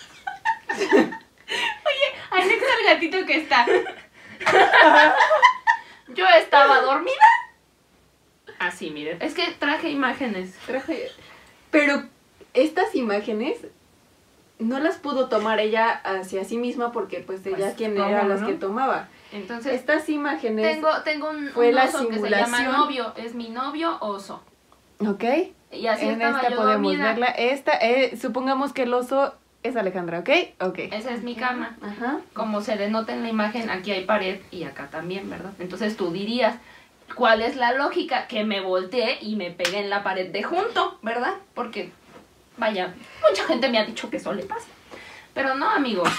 Speaker 1: Anexa el gatito que está.
Speaker 3: Yo estaba dormida. Así, miren. Es que traje imágenes.
Speaker 2: Traje- Pero estas imágenes no las pudo tomar ella hacia sí misma porque pues ella
Speaker 3: Pues,
Speaker 2: quien
Speaker 3: ¿cómo
Speaker 2: era las
Speaker 3: no?
Speaker 2: que tomaba.
Speaker 3: Entonces,
Speaker 2: Estas imágenes...
Speaker 3: tengo, tengo un,
Speaker 2: fue
Speaker 3: un
Speaker 2: la
Speaker 3: oso que se llama
Speaker 2: simulación.
Speaker 3: novio. Es mi novio oso.
Speaker 2: Ok.
Speaker 3: Y así
Speaker 2: en
Speaker 3: estaba
Speaker 2: esta
Speaker 3: yo
Speaker 2: podemos
Speaker 3: dormida.
Speaker 2: verla. Esta, eh, supongamos que el oso es Alejandra, ¿ok? Ok.
Speaker 3: Esa es mi cama.
Speaker 2: Ajá.
Speaker 3: Como se denota en la imagen, aquí hay pared y acá también, ¿verdad? Entonces tú dirías, ¿cuál es la lógica? Que me volteé y me pegué en la pared de junto, ¿verdad? Porque, vaya, mucha gente me ha dicho que eso le pasa. Pero no, amigos.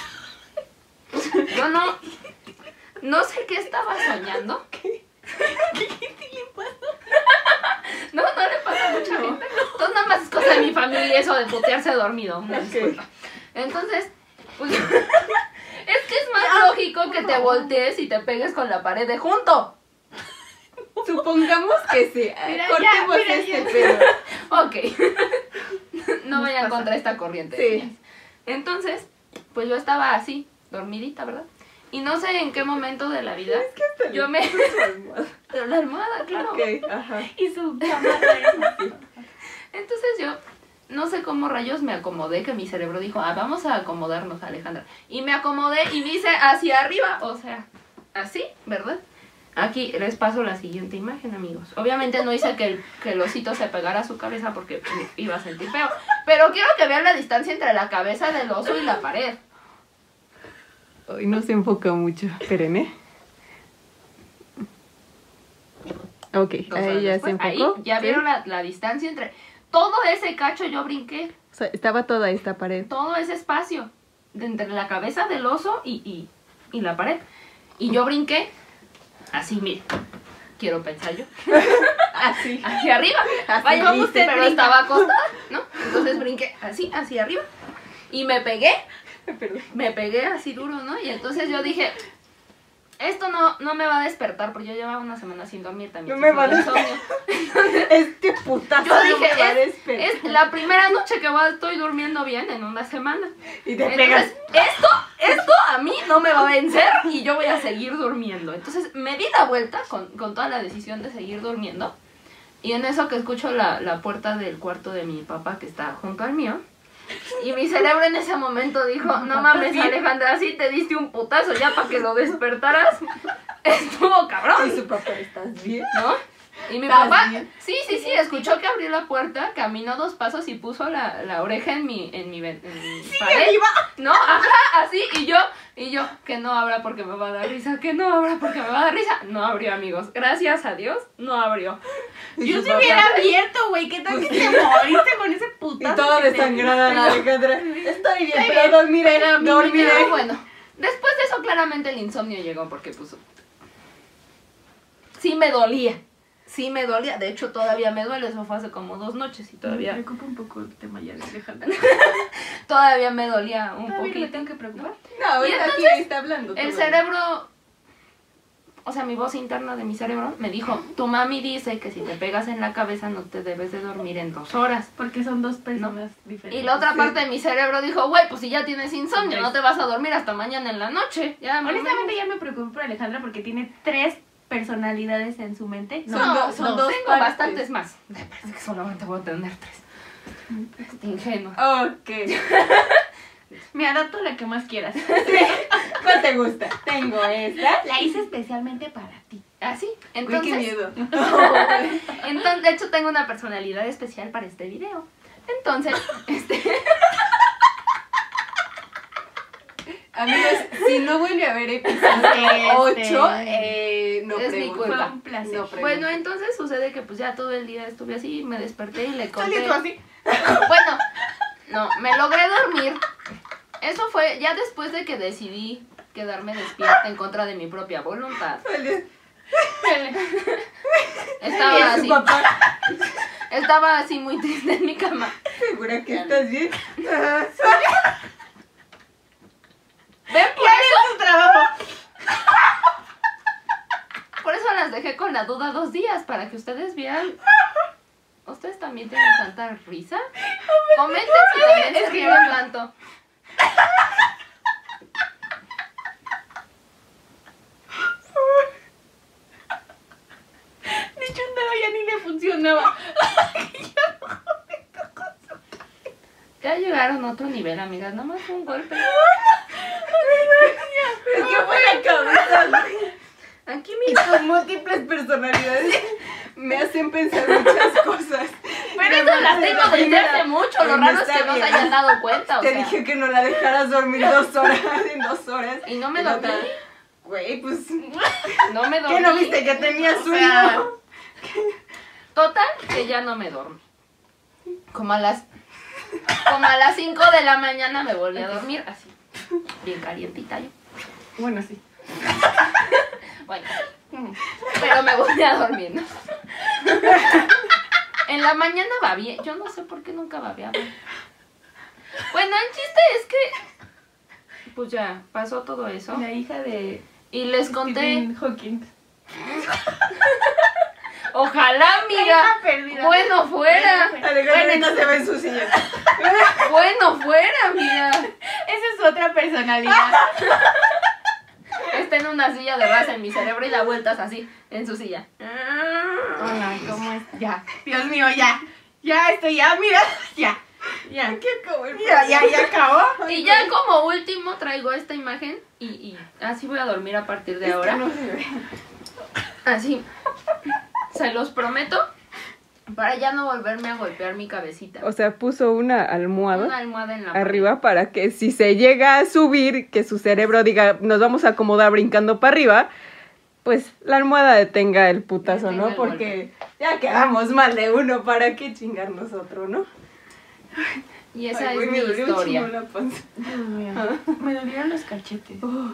Speaker 3: Yo no. No sé qué estaba soñando. No, no le pasa a mucha gente. Entonces nada más es cosa de mi familia eso de putearse dormido. Una disculpa. Entonces, pues es que es más lógico que te voltees y te pegues con la pared de junto.
Speaker 2: Supongamos que sí.
Speaker 4: Mira, ya,
Speaker 2: Cortemos
Speaker 4: mira,
Speaker 2: este
Speaker 4: ya.
Speaker 2: pedo.
Speaker 3: Ok. No vayan contra esta corriente.
Speaker 2: Sí.
Speaker 3: niñas. Entonces, pues yo estaba así, dormidita, ¿verdad? Y no sé en qué momento de la vida yo me... Pero la almohada, claro.
Speaker 2: Ok, ajá.
Speaker 1: Y su cámara.
Speaker 3: Entonces yo, no sé cómo rayos me acomodé, que mi cerebro dijo, ah, vamos a acomodarnos, Alejandra. Y me acomodé y me hice hacia arriba, o sea, así, ¿verdad? Aquí les paso la siguiente imagen, amigos. Obviamente no hice que el, que el osito se pegara a su cabeza porque iba a sentir feo. Pero quiero que vean la distancia entre la cabeza del oso y la pared.
Speaker 2: Hoy no se enfoca mucho. Esperen, ¿eh? Ok,
Speaker 3: Dos horas
Speaker 2: ahí ya se
Speaker 3: después.
Speaker 2: enfocó.
Speaker 3: Ahí ya
Speaker 2: Sí.
Speaker 3: vieron la, la distancia entre... Todo ese cacho yo brinqué.
Speaker 2: O sea, estaba toda esta pared.
Speaker 3: todo ese espacio de entre la cabeza del oso y, y- y la pared. Y yo brinqué así, mire. Quiero pensar yo.
Speaker 2: Así.
Speaker 3: Hacia arriba.
Speaker 2: Así
Speaker 3: Vaya, vamos
Speaker 2: dice,
Speaker 3: usted, pero
Speaker 2: brinca.
Speaker 3: estaba acostada, ¿no? Entonces brinqué así, hacia arriba. Y me pegué. Me pegué así duro, ¿no? Y entonces yo dije, esto no, no me va a despertar, porque yo llevaba una semana sin dormir también.
Speaker 2: No me va a
Speaker 3: sufrí de insomnio.
Speaker 2: Este putazo
Speaker 3: Yo
Speaker 2: no me va a
Speaker 3: dije, es,
Speaker 2: despertar.
Speaker 3: es la primera noche que voy- estoy durmiendo bien en una semana.
Speaker 2: y te pegas.
Speaker 3: Entonces, esto, esto a mí no me va a vencer y yo voy a seguir durmiendo. Entonces me di la vuelta con, con toda la decisión de seguir durmiendo. Y en eso que escucho la, la puerta del cuarto de mi papá que está junto al mío. Y mi cerebro en ese momento dijo, no mames Alejandra, sí te diste un putazo ya para que lo despertaras. Estuvo cabrón.
Speaker 2: Y su papá, ¿estás bien?
Speaker 3: ¿no? Y mi
Speaker 2: ¿Estás
Speaker 3: papá,
Speaker 2: bien?
Speaker 3: sí, sí, sí, escuchó que abrió la puerta, caminó dos pasos y puso la, la oreja en mi, en mi, ven- en mi pared. No, ajá, así, y yo, y yo, que no abra porque me va a dar risa, que no abra porque me va a dar risa. No abrió, amigos, gracias a Dios, no abrió.
Speaker 2: Y
Speaker 1: Yo
Speaker 2: su
Speaker 1: se
Speaker 2: papá,
Speaker 1: hubiera abierto, güey. ¿Qué tal que te moriste con ese putazo?
Speaker 2: Y toda
Speaker 1: que te-
Speaker 2: desangrada la Alejandra. Estoy bien,
Speaker 3: Estoy
Speaker 2: pero dormiré, dormiré.
Speaker 3: Pero bueno, después de eso claramente el insomnio llegó porque puso... Sí me dolía, sí me dolía, de hecho todavía me duele, eso fue hace como dos noches y
Speaker 1: Me
Speaker 3: todavía
Speaker 1: preocupa un poco el tema ya de Alejandra.
Speaker 3: todavía me dolía un
Speaker 1: Todavía le
Speaker 3: poquito.
Speaker 1: tengo que preocupar.
Speaker 2: No, ahorita aquí está hablando.
Speaker 3: El
Speaker 2: todo.
Speaker 3: cerebro, o sea, mi voz interna de mi cerebro me dijo, tu mami dice que si te pegas en la cabeza no te debes de dormir en dos horas.
Speaker 1: Porque son dos personas diferentes.
Speaker 3: Y la otra parte de mi cerebro dijo, güey, pues si ya tienes insomnio, no te vas a dormir hasta mañana en la noche. Ya, mamá".
Speaker 1: Honestamente ya me preocupo por Alejandra porque tiene tres personalidades en su mente.
Speaker 3: No,
Speaker 2: Son
Speaker 3: son,
Speaker 2: do- son dos
Speaker 3: tengo
Speaker 2: partes.
Speaker 3: bastantes más. Me parece que solamente voy a tener tres. Este, ingenua.
Speaker 2: Ok.
Speaker 1: Me adapto a la que más quieras.
Speaker 2: ¿Cuál te gusta? Tengo esta.
Speaker 1: La hice especialmente para ti.
Speaker 3: Así.
Speaker 2: Uy, qué
Speaker 3: Entonces,
Speaker 2: miedo.
Speaker 3: Entonces, de hecho, tengo una personalidad especial para este video. Entonces, este,
Speaker 2: Amigos, si no vuelve a haber episodio 8, eh, no
Speaker 3: Este. Es mi
Speaker 2: pregunto.
Speaker 3: culpa.
Speaker 1: Fue un placer.
Speaker 2: No, pre-
Speaker 3: bueno, entonces sucede que pues ya todo el día estuve así, me desperté y le conté.
Speaker 2: Solito así.
Speaker 3: Bueno, no, me logré dormir. Eso fue ya después de que decidí quedarme despierta en contra de mi propia voluntad.
Speaker 2: Y
Speaker 3: Estaba
Speaker 2: su
Speaker 3: así,
Speaker 2: papá,
Speaker 3: estaba así muy triste en mi cama.
Speaker 2: segura que Ah, estás bien.
Speaker 3: ¿Ven por eso? Por eso las dejé con la duda dos días, para que ustedes vean. ¿Ustedes también tienen tanta risa? Comenten si también se rieron tanto.
Speaker 1: De hecho, no, ya ni le funcionaba.
Speaker 3: Ya llegaron a otro nivel, amigas, nomás fue un golpe.
Speaker 2: Es que fue la cabeza.
Speaker 3: Aquí
Speaker 2: Y
Speaker 3: mi...
Speaker 2: sus múltiples personalidades me hacen pensar muchas cosas.
Speaker 3: Pero eso las tengo desde hace mucho, lo raro es que no se hayan dado cuenta, o
Speaker 2: Te
Speaker 3: sea.
Speaker 2: dije que no la dejaras dormir dos horas en dos horas.
Speaker 3: Y no me
Speaker 2: la
Speaker 3: dormí.
Speaker 2: otra, Güey, pues.
Speaker 3: No me dormí.
Speaker 2: ¿Qué no viste que tenía
Speaker 3: O sea,
Speaker 2: sueño?
Speaker 3: Total, que ya no me dormí. Como a las... Como a las 5 de la mañana me volví a dormir, así. Bien calientita yo.
Speaker 2: Bueno, sí.
Speaker 3: Bueno,
Speaker 1: Mm.
Speaker 3: pero me voy a dormir. ¿no? en la mañana va bien. Yo no sé por qué nunca va bien. Bueno, el chiste es que. Pues ya, pasó todo eso.
Speaker 1: La hija de
Speaker 3: Y les conté.
Speaker 1: Stephen Hawking.
Speaker 3: Ojalá, amiga.
Speaker 1: perdida.
Speaker 3: Bueno, fuera.
Speaker 2: Alejandra no se ve en su silla.
Speaker 3: Bueno, fuera, amiga.
Speaker 1: Esa es otra personalidad.
Speaker 3: Está en una silla de raza en mi cerebro y la vueltas así, en su silla.
Speaker 1: Hola, ¿cómo es? Ya. Dios mío, ya. Ya estoy, ya, mira. Ya. Ya.
Speaker 2: ¿Qué acabó el
Speaker 1: Mira, ya, ya acabó.
Speaker 3: Y ya como último traigo esta imagen y, y así voy a dormir a partir de ahora.
Speaker 2: No se ve.
Speaker 3: Así. Se los prometo. Para ya no volverme a golpear mi cabecita.
Speaker 5: O sea, puso una almohada
Speaker 3: Una almohada en la pared.
Speaker 5: arriba para que si se llega a subir, que su cerebro diga, nos vamos a acomodar brincando para arriba, pues la almohada detenga el putazo,
Speaker 3: Detenga
Speaker 5: ¿no?
Speaker 3: el
Speaker 5: Porque ya quedamos mal de uno, ¿para qué chingarnos otro, no?
Speaker 3: Y esa
Speaker 2: Ay,
Speaker 3: es
Speaker 2: güey,
Speaker 3: mi
Speaker 2: me dolió un
Speaker 3: historia.
Speaker 2: chingo la panza.
Speaker 1: Dios mío. Me dolieron los cachetes.
Speaker 5: No,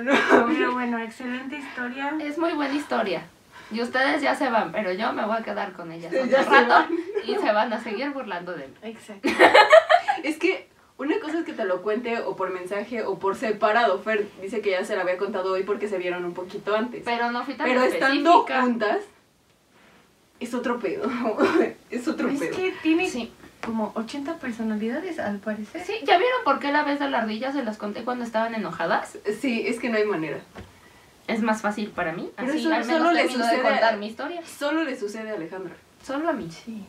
Speaker 5: no.
Speaker 1: Pero bueno, excelente historia.
Speaker 3: Es muy buena historia. Y ustedes ya se van, pero yo me voy a quedar con ellas
Speaker 2: Ya
Speaker 3: otro
Speaker 2: se
Speaker 3: rato
Speaker 2: van.
Speaker 3: y se van a seguir burlando de mí.
Speaker 1: Exacto.
Speaker 2: Es que una cosa es que te lo cuente o por mensaje o por separado. Fer dice que ya se la había contado hoy porque se vieron un poquito antes.
Speaker 3: Pero no fui tan
Speaker 2: Pero estando
Speaker 3: específica.
Speaker 2: juntas, es otro pedo. es otro
Speaker 1: Es
Speaker 2: pedo.
Speaker 1: que tiene
Speaker 3: Sí.
Speaker 1: como 80 personalidades al parecer.
Speaker 3: Sí, ¿ya vieron por qué la vez de la ardilla se las conté cuando estaban enojadas?
Speaker 2: Sí, es que no hay manera.
Speaker 3: Es más fácil para mí.
Speaker 2: Pero
Speaker 3: Así
Speaker 2: eso
Speaker 3: al menos
Speaker 2: solo le
Speaker 3: termino de
Speaker 2: sucede a-
Speaker 3: contar mi historia.
Speaker 2: Solo le sucede a Alejandra.
Speaker 3: Solo a mí.
Speaker 1: Sí.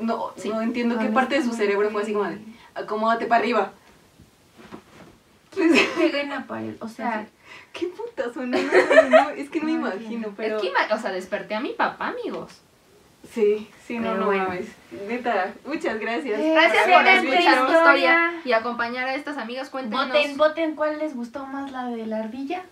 Speaker 2: No,
Speaker 3: Sí.
Speaker 2: no entiendo
Speaker 1: A
Speaker 2: qué
Speaker 1: mí
Speaker 2: parte de su
Speaker 1: también.
Speaker 2: cerebro fue así como de, acomódate para arriba. Pues,
Speaker 1: Pega en la pared. O sea,
Speaker 2: ¿Qué putazo? No, no, no, no, es que no me
Speaker 1: No
Speaker 2: imagino, pero...
Speaker 3: Es que, ima- o sea, desperté a mi papá, amigos.
Speaker 2: Sí, sí, no,
Speaker 1: Pero
Speaker 2: no
Speaker 1: bueno.
Speaker 2: mames. Neta, muchas gracias.
Speaker 1: Eh,
Speaker 3: Gracias
Speaker 1: Pero
Speaker 3: por
Speaker 1: es mi
Speaker 3: escuchar mi
Speaker 1: historia.
Speaker 3: historia y acompañar a estas amigas. Cuéntenos.
Speaker 1: voten, voten cuál les gustó más, la de la ardilla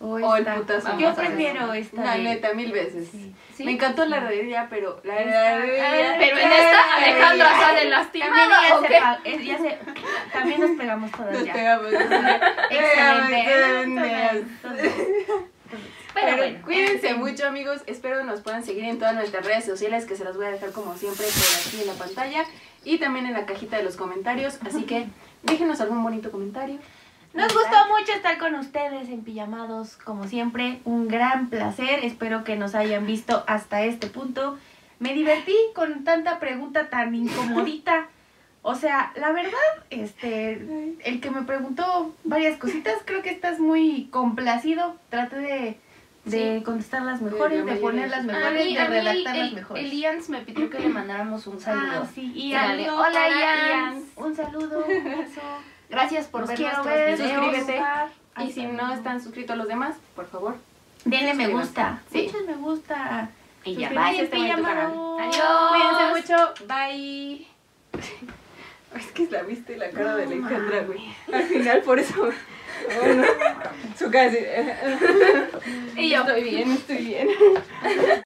Speaker 1: o
Speaker 2: O el
Speaker 1: esta.
Speaker 2: putazo.
Speaker 1: Yo
Speaker 3: Vamos a ver.
Speaker 1: prefiero esta.
Speaker 2: La
Speaker 1: de-
Speaker 2: neta, mil veces.
Speaker 1: Sí.
Speaker 3: Sí. ah,
Speaker 2: Me encantó la realidad, pero la
Speaker 1: Esta-
Speaker 2: realidad...
Speaker 3: Pero en esta Alejandra sale
Speaker 1: También
Speaker 3: lastimada,
Speaker 1: ya,
Speaker 3: ¿o
Speaker 1: se
Speaker 3: qué?
Speaker 1: pa- eh, ya se- también nos pegamos todas
Speaker 2: Nos
Speaker 1: ya.
Speaker 2: pegamos.
Speaker 1: Excelente.
Speaker 3: Pero
Speaker 2: Pero
Speaker 3: bueno.
Speaker 2: cuídense mucho amigos, espero nos puedan seguir en todas nuestras redes sociales que se las voy a dejar como siempre por aquí en la pantalla y también en la cajita de los comentarios, así que déjenos algún bonito comentario.
Speaker 1: Nos gustó mucho estar con ustedes en pijamados, como siempre, un gran placer. Espero que nos hayan visto hasta este punto. Me divertí con tanta pregunta tan incomodita. O sea, la verdad, este, el que me preguntó varias cositas, creo que estás muy complacido. Traté de, de contestar las
Speaker 2: la
Speaker 1: mejores, de
Speaker 2: mayoría.
Speaker 1: poner las
Speaker 3: A
Speaker 1: mejores,
Speaker 3: mí,
Speaker 1: de
Speaker 3: a mí el,
Speaker 1: redactar las
Speaker 3: el-
Speaker 1: mejores.
Speaker 3: el Ians me pidió que le mandáramos un saludo.
Speaker 1: Ah, sí. Y
Speaker 3: Dale,
Speaker 1: algo
Speaker 3: hola,
Speaker 1: para
Speaker 3: Ian.
Speaker 1: Ian. Un saludo, un beso.
Speaker 3: Gracias por
Speaker 1: Los
Speaker 3: ver
Speaker 1: quiero
Speaker 3: nuestros
Speaker 1: ver.
Speaker 3: videos.
Speaker 2: Suscríbete.
Speaker 1: Ay,
Speaker 2: Y si no están suscritos a los demás, por favor.
Speaker 1: Denle me
Speaker 2: Suscríbanse.
Speaker 1: gusta.
Speaker 2: Sí.
Speaker 1: Muchos me gusta.
Speaker 3: Y ya.
Speaker 1: Suscríbanse,
Speaker 2: Bye, este bonito
Speaker 1: pijamados.
Speaker 2: canal.
Speaker 3: Adiós.
Speaker 2: Cuídense mucho, bye. Es que la viste la cara de Alejandra, güey. Al final por eso. Oh,
Speaker 5: Bueno, su casi.
Speaker 2: Y yo estoy bien, estoy bien.